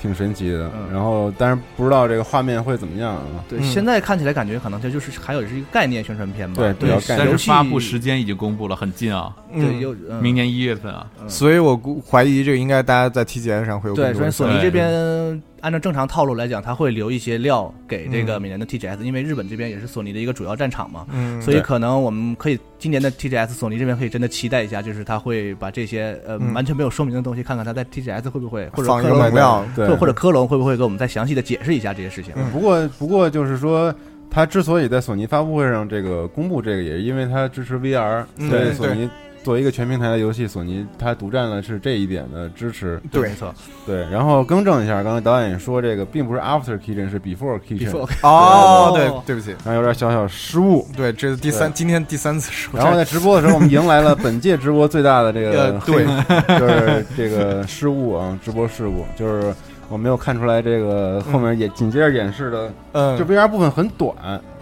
Speaker 9: 挺神奇的。
Speaker 10: 嗯
Speaker 9: 然后，但是不知道这个画面会怎么样啊？
Speaker 10: 对，
Speaker 11: 嗯
Speaker 10: 现在看起来感觉可能它就是还有是一个概念宣传片吧。
Speaker 9: 对比较概
Speaker 2: 但
Speaker 10: 游
Speaker 2: 是
Speaker 10: 戏
Speaker 2: 发布时间已经公布了，很近啊，
Speaker 10: 对有嗯
Speaker 2: 明年一月份啊。
Speaker 11: 所以我估怀疑这个应该大家在 TGS 上会有
Speaker 10: 对，
Speaker 11: 更多
Speaker 10: 所
Speaker 11: 的
Speaker 10: 以索尼
Speaker 11: 讨论
Speaker 10: 这边按照正常套路来讲，他会留一些料给这个
Speaker 11: 嗯
Speaker 10: 每年的 TGS，、因为日本这边也是索尼的一个主要战场嘛，
Speaker 11: 嗯
Speaker 10: 所以
Speaker 11: 对
Speaker 10: 可能我们可以今年的 TGS，索尼这边可以真的期待一下，就是他会把这些呃、
Speaker 11: 嗯
Speaker 10: 完全没有说明的东西，看看他在 TGS 会不会或者
Speaker 11: 放一
Speaker 10: 科
Speaker 11: 个
Speaker 10: 隆会
Speaker 11: 猛料
Speaker 10: 或
Speaker 9: 对
Speaker 10: 者或者科隆会不会给我们再详细的解释一下这些事
Speaker 11: 嗯
Speaker 10: 情？
Speaker 9: 不过，不过就是说，它之所以在索尼发布会上这个公布这个，也是因为它支持 VR，
Speaker 10: 嗯
Speaker 9: 所以
Speaker 10: 对
Speaker 9: 索尼作为一个全平台的游戏，索尼它独占了是这一点的支持。
Speaker 10: 嗯
Speaker 2: 对，没错，
Speaker 9: 对。然后更正一下，刚才导演也说这个并不是 After Kitchen，是 Before Kitchen。
Speaker 11: 哦，对，对不起，
Speaker 9: 然后有点小小失误。
Speaker 11: 对，这是第三，今天第三次失误。
Speaker 9: 然后在直播的时候，我们迎来了本届直播最大的这 个
Speaker 11: 呃对，
Speaker 9: 就是这个失误啊，直播事故，就是我没有看出来这个后面也紧接着演示的，
Speaker 11: 嗯，
Speaker 9: 就 VR 部分很短，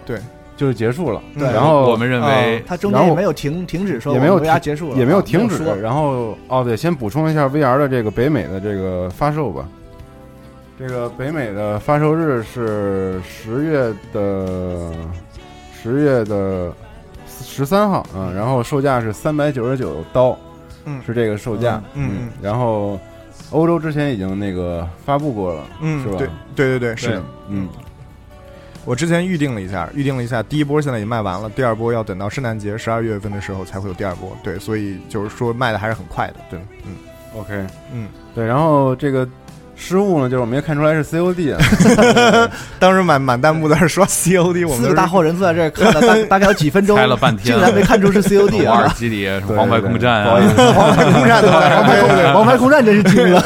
Speaker 11: 对。
Speaker 9: 就是结束了，
Speaker 10: 对
Speaker 9: 然后
Speaker 11: 哦
Speaker 2: 我们认为
Speaker 10: 它中间也没有停停止说
Speaker 9: 也没有
Speaker 10: 为啥结束了，啊
Speaker 9: 也
Speaker 10: 没
Speaker 11: 啊
Speaker 9: 有停止。
Speaker 10: 说
Speaker 9: 然后哦，对，先补充一下 VR 的这个北美的这个发售吧。这个北美的发售日是十月的十月的十三号啊、嗯，然后售价是三百九十九刀，
Speaker 11: 嗯，
Speaker 9: 是这个售价，
Speaker 11: 嗯，
Speaker 9: 嗯然后欧洲之前已经那个发布过了，
Speaker 11: 嗯，
Speaker 9: 是吧？
Speaker 11: 对对对对，是的，
Speaker 9: 嗯。
Speaker 11: 我之前预定了一下，预定了一下，第一波现在已经卖完了，第二波要等到圣诞节十二月份的时候才会有第二波。对，所以就是说卖的还是很快的，对，嗯
Speaker 9: ，OK，
Speaker 11: 嗯，
Speaker 9: 对。然后这个失误呢，就是我没看出来是 COD
Speaker 11: 啊，当时满满弹幕在那说 COD，我们
Speaker 10: 四个大 活人坐在这看了大大概有几分钟，
Speaker 2: 猜了半天，
Speaker 10: 竟然没看出 是 COD
Speaker 2: 啊，瓦尔
Speaker 10: 啊！
Speaker 2: 基里、黄牌空战
Speaker 9: 不好意
Speaker 2: 啊，
Speaker 9: 思
Speaker 10: 王牌空战，王牌空战， 王牌空战真是惊了。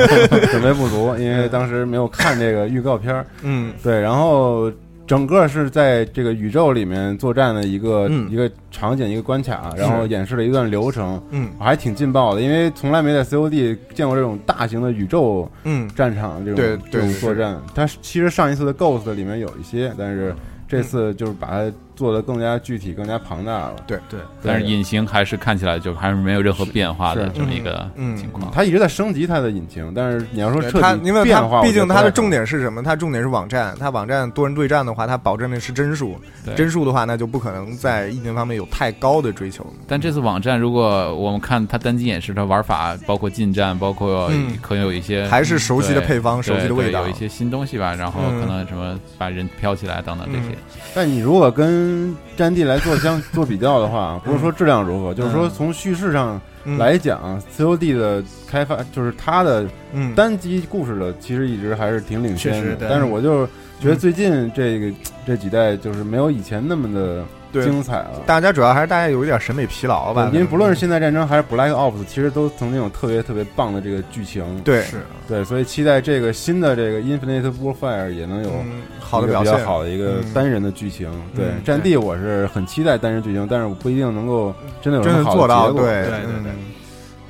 Speaker 9: 准备不足，因为当时没有看这个预告片儿。
Speaker 11: 嗯，
Speaker 9: 对，然后整个是在这个宇宙里面作战的一个、
Speaker 11: 嗯
Speaker 9: 一个场景一个关卡，然后演示了一段流程，
Speaker 11: 嗯
Speaker 9: 还挺劲爆的，因为从来没在 COD 见过这种大型的宇宙
Speaker 11: 嗯
Speaker 9: 战场这种、
Speaker 11: 对
Speaker 9: 这种
Speaker 11: 对
Speaker 9: 作战。它其实上一次的 Ghost 里面有一些，但是
Speaker 11: 嗯
Speaker 9: 这次就是把它做的更加具体、更加庞大了。
Speaker 11: 对
Speaker 10: 对，
Speaker 2: 但是隐形还是看起来就还是没有任何变化的
Speaker 9: 是
Speaker 2: 这么一个
Speaker 11: 嗯
Speaker 2: 情况。
Speaker 9: 它一直在升级它的引擎，但是你要说彻
Speaker 11: 它，
Speaker 9: 底
Speaker 11: 因为
Speaker 9: 变
Speaker 11: 它
Speaker 9: 化，
Speaker 11: 毕竟它的
Speaker 9: 点。
Speaker 11: 重点是什么？它重点是网站，它网站多人对战的话，它保证的是帧数
Speaker 2: 对，
Speaker 11: 帧数的话，那就不可能在硬件方面有太高的追求。
Speaker 2: 但这次网站，如果我们看它单机演示，它玩法包括近战，包括
Speaker 11: 嗯
Speaker 2: 可能有一些嗯
Speaker 11: 还是熟悉的配方
Speaker 2: 对
Speaker 11: 熟悉的
Speaker 2: 对
Speaker 11: 味道
Speaker 2: 有一些新东西吧，然后
Speaker 11: 嗯
Speaker 2: 可能什么把人飘起来等等这些。
Speaker 9: 但你如果跟战地来做相 做比较的话，不是说质量如何，就是说从叙事上
Speaker 11: 嗯
Speaker 9: 来讲，COD 的开发就是它的
Speaker 11: 嗯，
Speaker 9: 单机故事的，其实一直还是挺领
Speaker 10: 确
Speaker 9: 先
Speaker 10: 实
Speaker 9: 的
Speaker 10: 对。
Speaker 9: 但是我就觉得最近这个这几代就是没有以前那么的
Speaker 11: 对
Speaker 9: 精彩了。
Speaker 11: 大家主要还是大家有一点审美疲劳吧，
Speaker 9: 因为不论是现代战争还是 Black Ops，其实都曾经有特别特别棒的这个剧情。
Speaker 11: 嗯对
Speaker 9: 对，所以期待这个新的这个 Infinite Warfare 也能有
Speaker 11: 嗯好的
Speaker 9: 一个
Speaker 11: 表
Speaker 9: 比
Speaker 11: 现，
Speaker 9: 较好的一个
Speaker 11: 嗯
Speaker 9: 单人的剧情。对
Speaker 11: 嗯，
Speaker 9: 战地我是很期待单人剧情，但是我不一定能够真的有
Speaker 11: 真
Speaker 9: 什么
Speaker 11: 的
Speaker 9: 好
Speaker 11: 做到
Speaker 9: 结果
Speaker 11: 对
Speaker 10: 对对对
Speaker 11: 嗯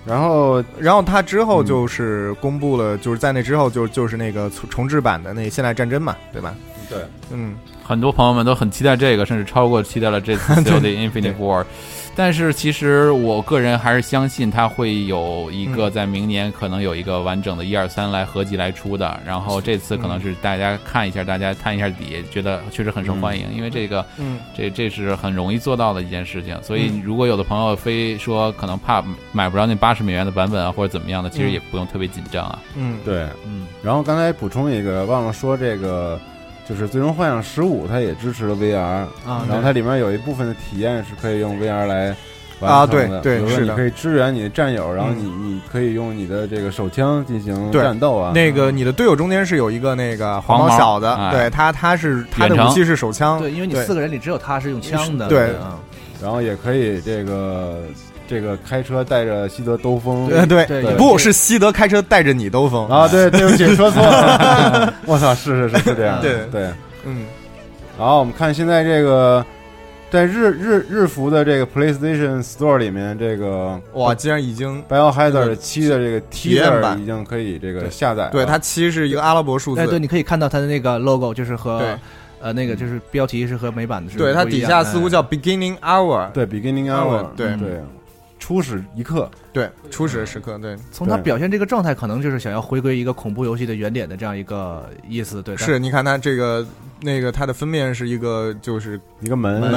Speaker 9: 然后
Speaker 11: 然后他之后就是公布了，就是在那之后就就是那个重重置版的那《现代战争》嘛，对吧？
Speaker 9: 对，
Speaker 11: 嗯，
Speaker 2: 很多朋友们都很期待这个，甚至超过期待了这次 COD Infinite War。但是其实我个人还是相信它会有一个在明年可能有一个完整的一二三来合集来出的。然后这次可能是大家看一下，大家探一下底，觉得确实很受欢迎，因为这个，
Speaker 11: 嗯，
Speaker 2: 这这是很容易做到的一件事情。所以如果有的朋友非说可能怕买不着那八十美元的版本啊，或者怎么样的，其实也不用特别紧张啊。
Speaker 11: 嗯，
Speaker 9: 对，
Speaker 2: 嗯，
Speaker 9: 然后刚才补充一个，忘了说这个。就是《最终幻想十五》，它也支持了 VR，、
Speaker 10: 啊
Speaker 9: 然后它里面有一部分的体验是可以用 VR 来
Speaker 11: 啊
Speaker 9: 完成的，
Speaker 11: 对
Speaker 9: 比
Speaker 11: 对
Speaker 9: 如说
Speaker 11: 是
Speaker 9: 你
Speaker 11: 的
Speaker 9: 可以支援你的战友，然后
Speaker 11: 嗯
Speaker 9: 你你可以用你的这个手枪进行
Speaker 11: 对
Speaker 9: 战斗啊，
Speaker 11: 那个你的队友中间是有一个那个黄
Speaker 2: 黄毛
Speaker 11: 毛小子，
Speaker 2: 哎
Speaker 11: 对他他是他的
Speaker 2: 远程
Speaker 11: 武器是手枪，
Speaker 10: 对，因为你
Speaker 11: 对
Speaker 10: 四个人里只有他是用枪的，
Speaker 11: 对
Speaker 10: 啊
Speaker 9: 然后也可以这个这个开车带着西德兜风，
Speaker 11: 呃对
Speaker 10: 对
Speaker 9: 对
Speaker 11: 不是西德开车带着你兜风，
Speaker 9: 啊，对，对不 起，说错了。我操，是是是是这样，
Speaker 11: 对
Speaker 9: 对。
Speaker 11: 嗯
Speaker 9: 然后我们看现在这个，在日日日服的这个 PlayStation Store 里面，这个
Speaker 11: 哇，竟然已经
Speaker 9: Biohazard 七的这个 t
Speaker 11: 体验版
Speaker 9: 已经可以这个下载了，
Speaker 11: 对它七是一个阿拉伯数
Speaker 10: 哎，对，
Speaker 11: 字，
Speaker 10: 你可以看到它的那个 logo，就是和
Speaker 11: 对
Speaker 10: 呃那个就是标题是和美版的是不一
Speaker 11: 对
Speaker 10: 样的，哎
Speaker 11: 它底下似乎叫 Beginning Hour，
Speaker 9: 对 Beginning
Speaker 11: Hour，
Speaker 9: Hour，
Speaker 11: 对
Speaker 9: 对，初始一刻，
Speaker 11: 对初始时刻，对，
Speaker 10: 从它
Speaker 9: 对
Speaker 10: 表现这个状态，可能就是想要回归一个恐怖游戏的原点的这样一个意思，对，
Speaker 11: 是你看它这个那个它的封面是一个就是
Speaker 9: 一个门嗯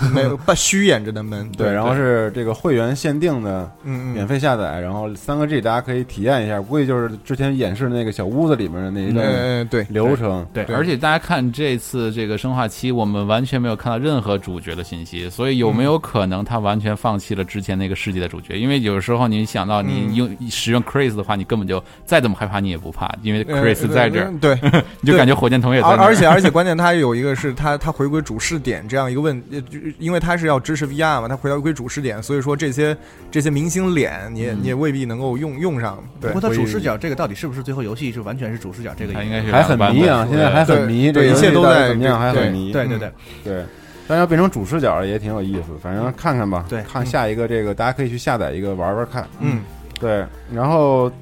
Speaker 11: 门没有半虚掩着的门，
Speaker 9: 对，然后
Speaker 11: 是
Speaker 9: 是这个会员限定的
Speaker 11: 嗯嗯
Speaker 9: 免费下载，然后三个 G 大家可以体验一下，估计就是之前演示的那个小屋子里面的那一
Speaker 12: 哎
Speaker 9: 段
Speaker 11: 嗯嗯对
Speaker 9: 流程，
Speaker 10: 对
Speaker 2: 而且大家看这次这个生化七，我们完全没有看到任何主角的信息，所以有没有可能他完全放弃了之前那个世界的主角？因为有时候你想到你用使用 Chris 的话，你根本就再怎么害怕你也不怕，因为
Speaker 11: 呃
Speaker 2: Chris 在这儿，
Speaker 11: 呃对，
Speaker 2: 你就感觉火箭筒也在
Speaker 11: 而
Speaker 2: 那儿
Speaker 11: 而且而且关
Speaker 12: 键它有一个是它它回归主视点这样一个问，呃就因为它是要支持 VR 嘛，它回到归主视点，所以说这些这些明星脸你也、
Speaker 9: 嗯
Speaker 12: 你也未必能够用用上。对，
Speaker 10: 不过它主视角这个到底是不是最后游戏是完全是主视角这个也？
Speaker 2: 它
Speaker 10: 它
Speaker 2: 应该是
Speaker 9: 还很迷啊，现在还很迷，这
Speaker 12: 对
Speaker 9: 个
Speaker 12: 一切都
Speaker 9: 游戏到底
Speaker 12: 在
Speaker 9: 怎么样，还
Speaker 12: 对
Speaker 9: 很迷。嗯
Speaker 10: 对对对
Speaker 9: 对，但要变成主视角也挺有意思，反正看看吧。
Speaker 10: 对嗯
Speaker 9: 看下一个这个，大家可以去下载一个玩玩看。
Speaker 12: 嗯，
Speaker 9: 对。然后《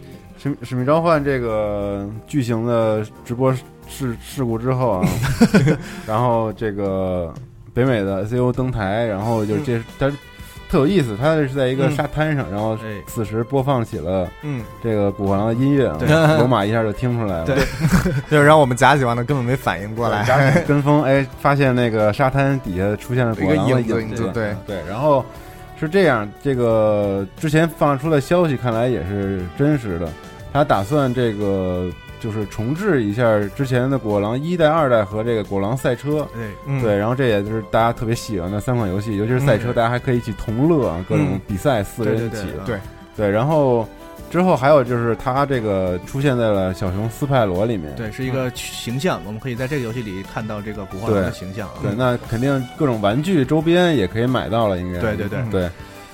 Speaker 9: 使使命召唤》这个巨型的直播事事故之后 啊，然后这个北美的 CEO 登台，然后
Speaker 10: 嗯
Speaker 9: 就是这它特有意思，它是在一个
Speaker 12: 嗯
Speaker 9: 沙滩上，然后
Speaker 12: 哎
Speaker 9: 此时播放起了
Speaker 12: 嗯
Speaker 9: 这个古惑狼的音乐啊
Speaker 12: 对，
Speaker 9: 罗马一下就听出来了。
Speaker 12: 对，就是让我们假喜欢的根本没反应过来。
Speaker 9: 加上跟风，哎，发现那个沙滩底下出现了果然
Speaker 12: 有
Speaker 9: 的
Speaker 12: 一个影子
Speaker 9: 子，
Speaker 12: 对
Speaker 9: 对。然后是这样，这个之前放出的消息看来也是真实的，他打算这个就是重置一下之前的果狼一代、二代和这个果狼赛车，
Speaker 10: 对
Speaker 12: 嗯
Speaker 9: 对。然后这也就是大家特别喜欢的三款游戏，尤其是赛车，
Speaker 12: 嗯
Speaker 9: 大家还可以一起同乐啊，各种
Speaker 12: 嗯
Speaker 9: 比赛，四人
Speaker 12: 对
Speaker 9: 一
Speaker 12: 对嗯
Speaker 9: 起
Speaker 12: 对，
Speaker 9: 对对。然后之后还有就是他这个出现在了小熊斯派罗里面，
Speaker 10: 对，是一
Speaker 12: 嗯
Speaker 10: 个形象，我们可以在这个游戏里看到这个古惑狼
Speaker 9: 对
Speaker 10: 的形象啊。
Speaker 9: 对，那肯定各种玩具周边也可以买到了，应该。
Speaker 10: 对嗯对对
Speaker 12: 嗯
Speaker 9: 对。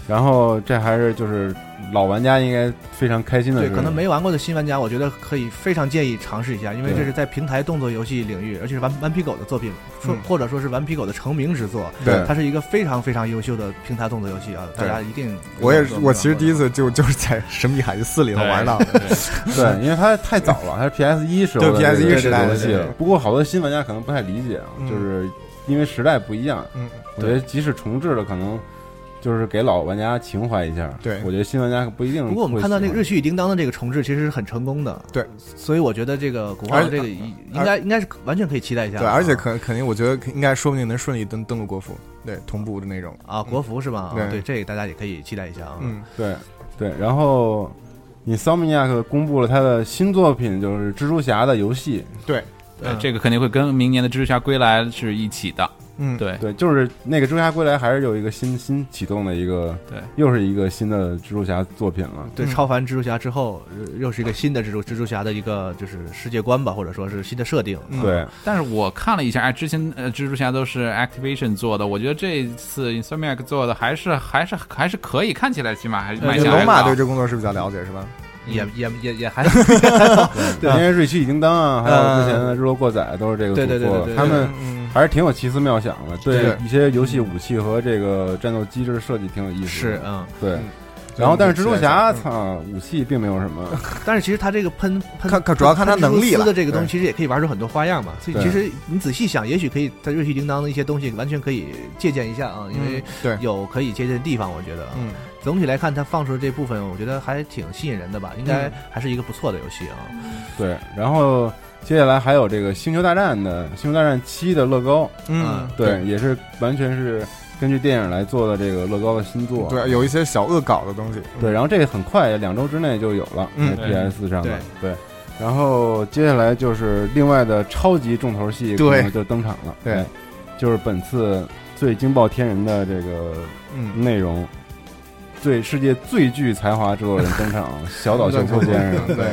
Speaker 9: 然后这还是就是老玩家应该非常开心的事
Speaker 10: 对，
Speaker 9: 情。
Speaker 10: 可能没玩过的新玩家，我觉得可以非常建议尝试一下，因为
Speaker 9: 对
Speaker 10: 这是在平台动作游戏领域，而且是顽顽皮狗的作品，说、
Speaker 12: 嗯
Speaker 10: 或者说是顽皮狗的成名之作。
Speaker 9: 对
Speaker 10: 它是一个非常非常优秀的平台动作游戏啊，大家一定。
Speaker 12: 我也是，我其实第一次就 就是在《神秘海域四》里头玩到的，
Speaker 9: 对，因为它太早了，它是 PS 一时候的
Speaker 12: 对 PS1
Speaker 9: 这个
Speaker 12: 时代的
Speaker 9: 游戏
Speaker 12: 对
Speaker 9: 了
Speaker 12: 对对。
Speaker 9: 不过好多新玩家可能不太理解啊，
Speaker 12: 嗯
Speaker 9: 就是因为时代不一样。
Speaker 12: 嗯，
Speaker 9: 我觉得即使重置了，可能就是给老玩家情怀一下。
Speaker 12: 对
Speaker 9: 我觉得新玩家不一定。
Speaker 10: 不过我们看到那个日序与叮当的这个重置其实是很成功的，
Speaker 12: 对，
Speaker 10: 所以我觉得这个古惑狼
Speaker 12: 而
Speaker 10: 这个应应该应该是完全可以期待一下啊。
Speaker 12: 对，而且肯肯定，我觉得应该说不定能顺利登登陆国服，对，同步的那种。
Speaker 10: 啊，国服是吧？啊
Speaker 12: 对
Speaker 10: 对，这个大家也可以期待一下啊。
Speaker 12: 嗯，
Speaker 9: 对对，然后。你 s o m n i a c 公布了他的新作品，就是蜘蛛侠的游戏，
Speaker 12: 对，
Speaker 2: 对，这个肯定会跟明年的《蜘蛛侠归来》是一起的。
Speaker 12: 嗯
Speaker 2: 对
Speaker 9: 对，就是那个《蜘蛛侠归来》还是有一个新新启动的一个，
Speaker 2: 对，
Speaker 9: 又是一个新的蜘蛛侠作品了。
Speaker 12: 嗯
Speaker 10: 对，超凡蜘蛛侠之后，呃又是一个新的蜘蛛蜘蛛侠的一个就是世界观吧，或者说是新的设定。
Speaker 12: 嗯
Speaker 9: 对，
Speaker 2: 但是我看了一下，哎，之前呃，蜘蛛侠都是 Activation 做的，我觉得这次 Insomniac 做的还是还是还是可以，看起来起啊码还是卖
Speaker 12: 就
Speaker 2: 相
Speaker 12: 龙
Speaker 2: 还
Speaker 12: 马
Speaker 2: 好。
Speaker 12: 对这工作室比较了解是吧？
Speaker 10: 也也也也还，
Speaker 9: 因为瑞奇与叮当啊，还有之前的日落过载啊都是这个
Speaker 10: 对对
Speaker 9: 组做
Speaker 10: 对对
Speaker 9: 的，
Speaker 10: 对
Speaker 9: 他们
Speaker 12: 嗯
Speaker 9: 还是挺有奇思妙想的，对
Speaker 12: 是
Speaker 9: 一些游戏武器和这个战斗机制设计挺有意思。
Speaker 10: 是，嗯，
Speaker 9: 对
Speaker 12: 嗯。
Speaker 9: 然后，但是蜘蛛侠，
Speaker 12: 嗯
Speaker 9: 操，武器并没有什么，
Speaker 10: 但是其实他这个喷喷，
Speaker 12: 看看主要看他
Speaker 10: 喷蜘蛛
Speaker 12: 能力
Speaker 10: 丝
Speaker 12: 了
Speaker 10: 的这个东西，
Speaker 12: 对
Speaker 10: 其实也可以玩出很多花样嘛。所以
Speaker 9: 对
Speaker 10: 其实你仔细想，也许可以在瑞奇叮当的一些东西完全可以借鉴一下啊，因为
Speaker 12: 嗯对
Speaker 10: 有可以借鉴的地方，我觉得啊。
Speaker 12: 嗯，
Speaker 10: 总体来看，他放出的这部分，我觉得还挺吸引人的吧，应该
Speaker 12: 嗯
Speaker 10: 还是一个不错的游戏啊。
Speaker 9: 对。然后接下来还有这个《星球大战》的《星球大战七》的乐高，
Speaker 12: 嗯，
Speaker 9: 对，也是完全是根据电影来做的这个乐高的新作，
Speaker 12: 对，有一些小恶搞的东西。
Speaker 9: 对，然后这个很快两周之内就有了，
Speaker 12: 嗯
Speaker 9: 在
Speaker 2: 对
Speaker 9: PS 上
Speaker 10: 对
Speaker 9: 的对。然后接下来就是另外的超级重头戏，
Speaker 12: 对
Speaker 9: 可能就登场了，
Speaker 12: 对
Speaker 9: 哎，就是本次最惊爆天人的这个
Speaker 12: 嗯，
Speaker 9: 内容，最世界最具才华制作人登 场，小岛秀夫先生。
Speaker 12: 对，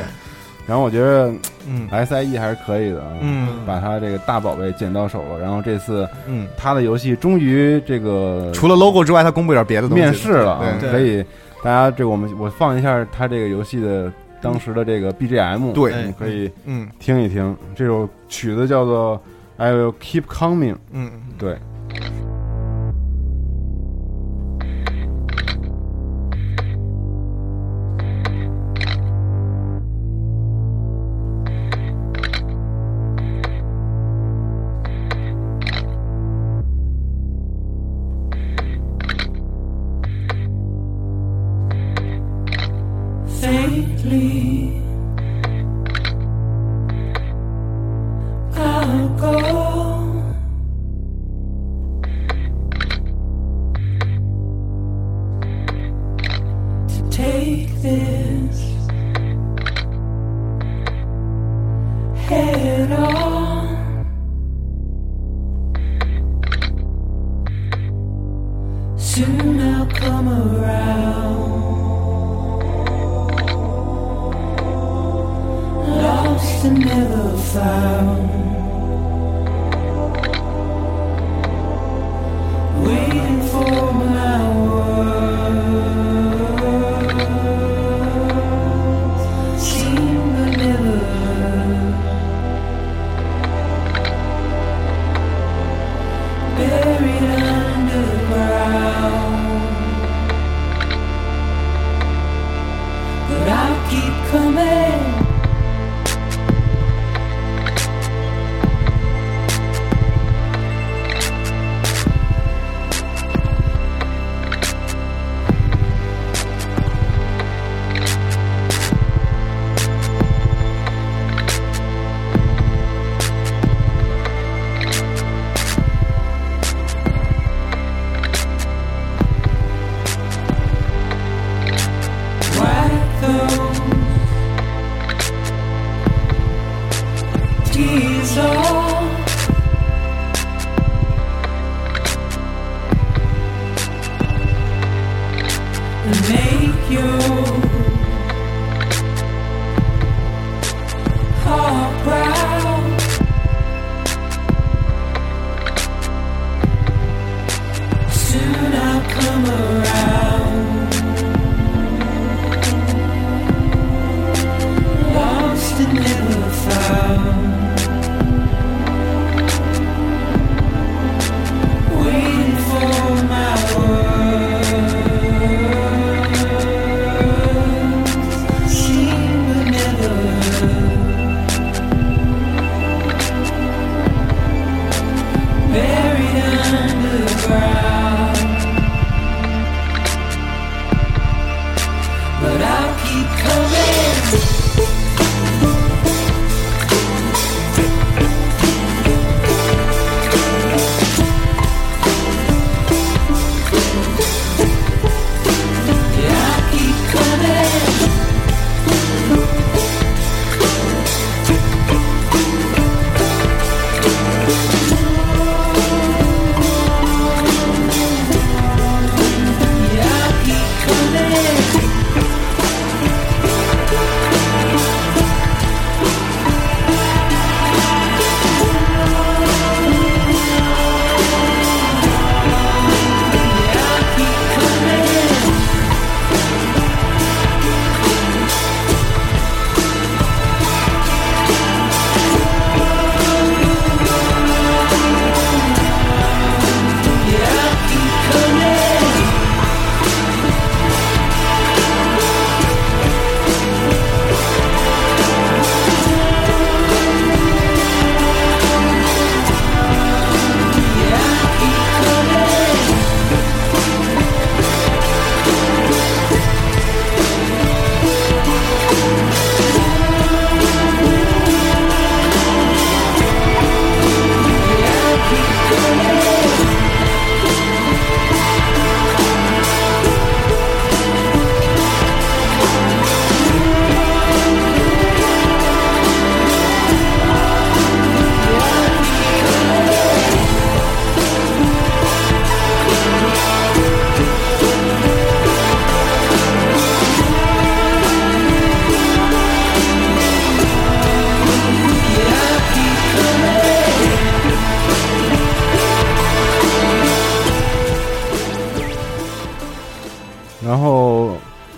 Speaker 9: 然后我觉得
Speaker 12: 嗯
Speaker 9: SIE 还是可以的啊，
Speaker 12: 嗯
Speaker 9: 把他这个大宝贝捡到手了，然后这次
Speaker 12: 嗯，
Speaker 9: 他的游戏终于这个
Speaker 12: 除了 logo 之外，他公布点别的东西。
Speaker 9: 面试了啊，
Speaker 12: 对
Speaker 9: 可以，大家这个我们我放一下他这个游戏的当时的这个 BGM，
Speaker 12: 对
Speaker 9: 你可以
Speaker 12: 嗯
Speaker 9: 听一听，这首曲子叫做《I Will Keep Coming》，
Speaker 12: 嗯，
Speaker 9: 对，
Speaker 13: faintly. I'll go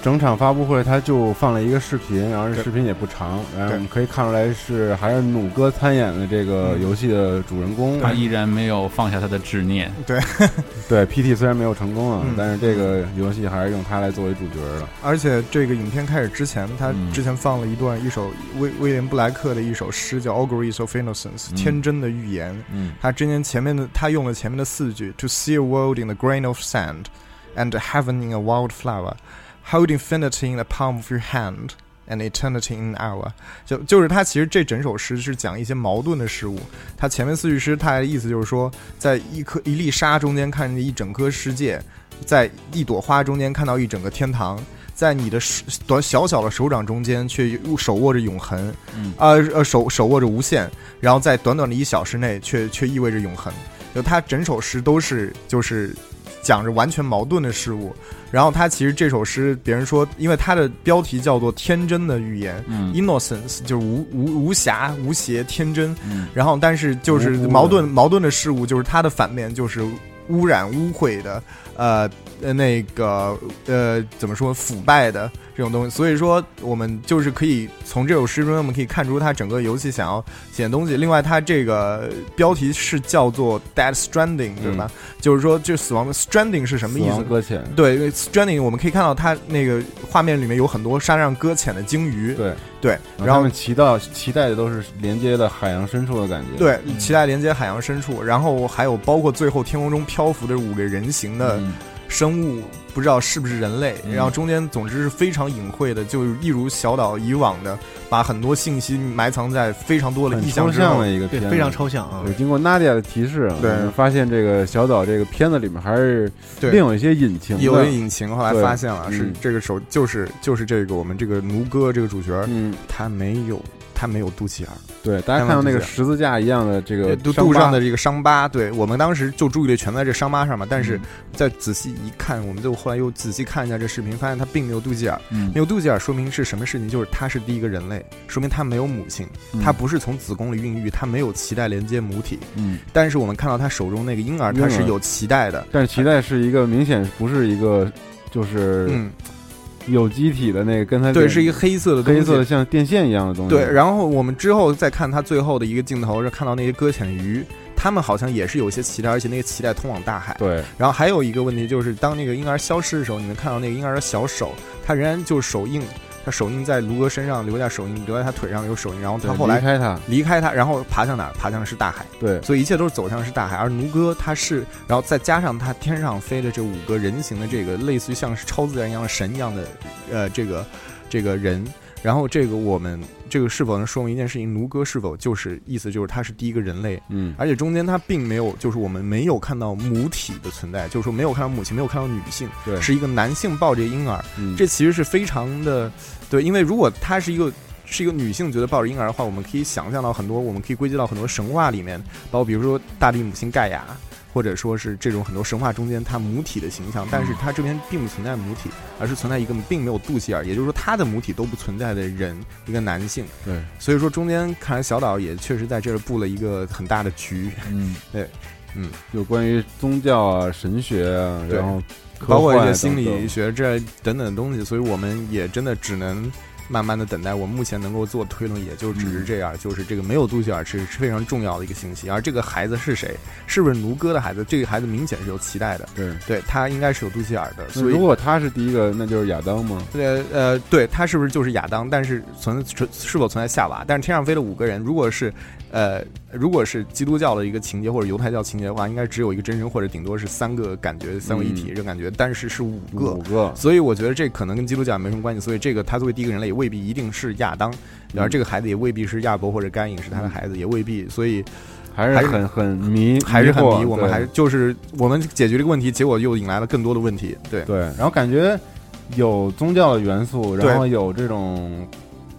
Speaker 9: 整场发布会，他就放了一个视频，然后视频也不长，然后我们可以看出来是还是弩哥参演的这个游戏的主人公，
Speaker 2: 他依然没有放下他的执念。
Speaker 11: 对，
Speaker 9: 对，PT 虽然没有成功啊，但是这个游戏还是用他来作为主角的。
Speaker 11: 而且这个影片开始之前，他之前放了一段一首威威廉布莱克的一首诗，叫《Auguries of Innocence》，天真的预言。
Speaker 9: 嗯，
Speaker 11: 他之前前面的他用了前面的四句：“To see a world in the grain of sand。” and heaven in a wildflower, hold infinity in the palm of your hand, and eternity in an hour。就就是他其实这整首诗是讲一些矛盾的事物。他前面四句诗，他的意思就是说，在一颗一粒沙中间看见一整颗世界，在一朵花中间看到一整个天堂。在你的短小小的手掌中间，却手握着永恒，
Speaker 2: 嗯，
Speaker 11: 呃呃，手手握着无限，然后在短短的一小时内却，却却意味着永恒。就他整首诗都是就是讲着完全矛盾的事物，然后他其实这首诗，别人说，因为它的标题叫做《天真的预言》
Speaker 2: 嗯、
Speaker 11: ，innocence 就是无无无瑕、无邪、天真，
Speaker 2: 嗯、
Speaker 11: 然后但是就是矛盾矛盾的事物，就是它的反面就是污染、污秽的，呃呃那个呃怎么说腐败的这种东西，所以说我们就是可以从这首诗中我们可以看出他整个游戏想要写的东西。另外，它这个标题是叫做 Dead Stranding 对吧？
Speaker 9: 嗯
Speaker 11: 就是说这死亡 Stranding 是什么意思？
Speaker 9: 搁浅。
Speaker 11: 对，Stranding 我们可以看到它那个画面里面有很多沙上搁浅的鲸鱼。
Speaker 9: 对
Speaker 11: 对，
Speaker 9: 然
Speaker 11: 后
Speaker 9: 我们期待期待的都是连接的海洋深处的感觉。
Speaker 11: 对，期待连接海洋深处，然后还有包括最后天空中漂浮的五个人形的。
Speaker 2: 嗯
Speaker 11: 生物不知道是不是人类，
Speaker 2: 嗯
Speaker 11: 然后中间总之是非常隐晦的，就是一如小岛以往的，把很多信息埋藏在非常多的
Speaker 9: 很
Speaker 11: 意
Speaker 9: 抽
Speaker 11: 象之
Speaker 9: 象
Speaker 11: 后嗯
Speaker 9: 的。一个片子，
Speaker 10: 对非常抽象啊
Speaker 9: 对，经过 Nadia 的提示啊，
Speaker 11: 对
Speaker 9: 我们发现这个小岛这个片子里面还是
Speaker 11: 对
Speaker 9: 另有一些隐情的，
Speaker 11: 有隐情，后来
Speaker 9: 对
Speaker 11: 发现了是
Speaker 9: 嗯
Speaker 11: 这个手，就是就是这个我们这个奴哥这个主角，
Speaker 9: 嗯，
Speaker 11: 他没有他没有肚脐眼儿，
Speaker 9: 对，大家看到那个十字架一样的这个
Speaker 11: 肚
Speaker 9: 伤疤
Speaker 11: 肚上的这个伤疤，对我们当时就注意力全在这伤疤上嘛，但
Speaker 9: 嗯
Speaker 11: 是再仔细一看，我们就后来又仔细看一下这视频，发现他并没有肚脐眼儿，
Speaker 2: 嗯
Speaker 11: 没有肚脐眼儿说明是什么事情？就是他是第一个人类，说明他没有母亲
Speaker 2: 嗯，
Speaker 11: 他不是从子宫里孕育，他没有脐带连接母体，
Speaker 2: 嗯，
Speaker 11: 但是我们看到他手中那个婴儿，
Speaker 9: 婴儿
Speaker 11: 他是有脐带的，
Speaker 9: 但是脐带是一个明显不是一个就是
Speaker 11: 嗯，
Speaker 9: 有机体的那个，跟它
Speaker 11: 对，
Speaker 9: 连
Speaker 11: 是一个黑色的东西
Speaker 9: 黑色的像电线一样的东西，
Speaker 11: 对，然后我们之后再看他最后的一个镜头，是看到那些搁浅鱼，他们好像也是有一些脐带，而且那个脐带通往大海。
Speaker 9: 对，
Speaker 11: 然后还有一个问题就是，当那个婴儿消失的时候，你能看到那个婴儿的小手，他仍然就是手印，他手印在卢哥身上留下手印，留在他腿上有手印，然后
Speaker 9: 对
Speaker 11: 他后来
Speaker 9: 离开它，
Speaker 11: 离开他，然后爬向哪儿？爬向的是大海。
Speaker 9: 对，
Speaker 11: 所以一切都是走向是大海，而奴哥他是，然后再加上他天上飞的这五个人形的这个类似于像是超自然一样的神一样的，呃，这个这个人，然后这个我们这个是否能说明一件事情？奴哥是否就是意思就是他是第一个人类，
Speaker 9: 嗯，
Speaker 11: 而且中间他并没有，就是我们没有看到母体的存在，就是说没有看到母亲，没有看到女性，
Speaker 9: 对，
Speaker 11: 是一个男性抱着婴儿，
Speaker 9: 嗯
Speaker 11: 这其实是非常的对，因为如果她是一个是一个女性觉得抱着婴儿的话，我们可以想象到很多，我们可以归结到很多神话里面，包括比如说大地母亲盖亚，或者说是这种很多神话中间她母体的
Speaker 9: 嗯
Speaker 11: 形象，但是她这边并不存在母体，而是存在一个并没有肚脐眼，也就是说她的母体都不存在的人，一个男性。
Speaker 9: 对，
Speaker 11: 所以说中间看来小岛也确实在这儿布了一个很大的局，
Speaker 2: 嗯，
Speaker 11: 对，嗯。
Speaker 9: 有关于宗教啊、神学啊，
Speaker 11: 对
Speaker 9: 然后科
Speaker 11: 包括一
Speaker 9: 幻
Speaker 11: 些
Speaker 9: 啊
Speaker 11: 心
Speaker 9: 等
Speaker 11: 理
Speaker 9: 等
Speaker 11: 学这等等的东西，所以我们也真的只能慢慢的等待。我目前能够做推论，也就只是
Speaker 9: 嗯
Speaker 11: 这样，就是这个没有肚脐眼啊是是非常重要的一个信息。而这个孩子是谁？是不是奴哥的孩子？这个孩子明显是有脐带的，
Speaker 9: 对。
Speaker 11: 对他应该是有肚脐眼的，
Speaker 9: 那
Speaker 11: 所
Speaker 9: 嗯
Speaker 11: 以
Speaker 9: 如。果他是第一个，那就是亚当吗？
Speaker 11: 呃呃，对，他是不是就是亚当？但是存存是否存在夏娃？但是天上飞的五个人，如果是，呃，如果是基督教的一个情节或者犹太教情节的话，应该只有一个真神，或者顶多是三个感觉，三位一体
Speaker 9: 嗯
Speaker 11: 这种感觉。但是是五个，
Speaker 9: 五个，
Speaker 11: 所以我觉得这可能跟基督教也没什么关系，所以这个他作为第一个人类也未必一定是亚当，然后这个孩子也未必是亚伯或者该隐是他的孩子，也未必，所以
Speaker 9: 还是
Speaker 11: 还是
Speaker 9: 很很迷，
Speaker 11: 还是很
Speaker 9: 惑
Speaker 11: 迷。我们
Speaker 9: 对
Speaker 11: 还是就是我们解决这个问题，结果又引来了更多的问题。对，
Speaker 9: 对，然后感觉有宗教的元素，
Speaker 11: 对
Speaker 9: 然后有这种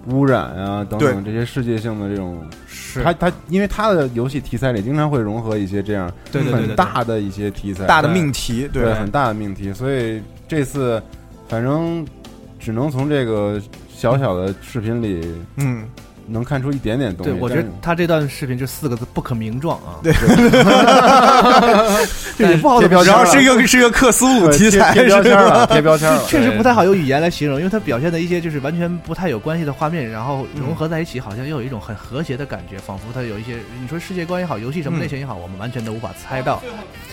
Speaker 9: 污染啊等等
Speaker 11: 对
Speaker 9: 这些世界性的这种，
Speaker 10: 是
Speaker 11: 啊
Speaker 9: 它它因为它的游戏题材里经常会融合一些这样
Speaker 10: 对对对对
Speaker 9: 很大的一些题材，
Speaker 11: 大的命题，
Speaker 9: 对
Speaker 11: 对
Speaker 9: 很大的命题，所以这次反正只能从这个小小的视频里
Speaker 11: 嗯，
Speaker 9: 能看出一点点东西。
Speaker 10: 对，我觉得他这段视频就四个字：不可名状啊。
Speaker 9: 对，
Speaker 10: 也不好
Speaker 9: 贴标签
Speaker 10: 了
Speaker 9: 了，
Speaker 11: 是一个是一个克苏鲁题材，
Speaker 9: 贴贴标签
Speaker 11: 是吧
Speaker 9: 了，贴标签了，
Speaker 10: 确实不太好用语言来形容，因为它表现的一些就是完全不太有关系的画面，然后
Speaker 12: 嗯
Speaker 10: 融合在一起，好像又有一种很和谐的感觉，仿佛它有一些你说世界观也好，游戏
Speaker 12: 嗯
Speaker 10: 什么类型也好，我们完全都无法猜到。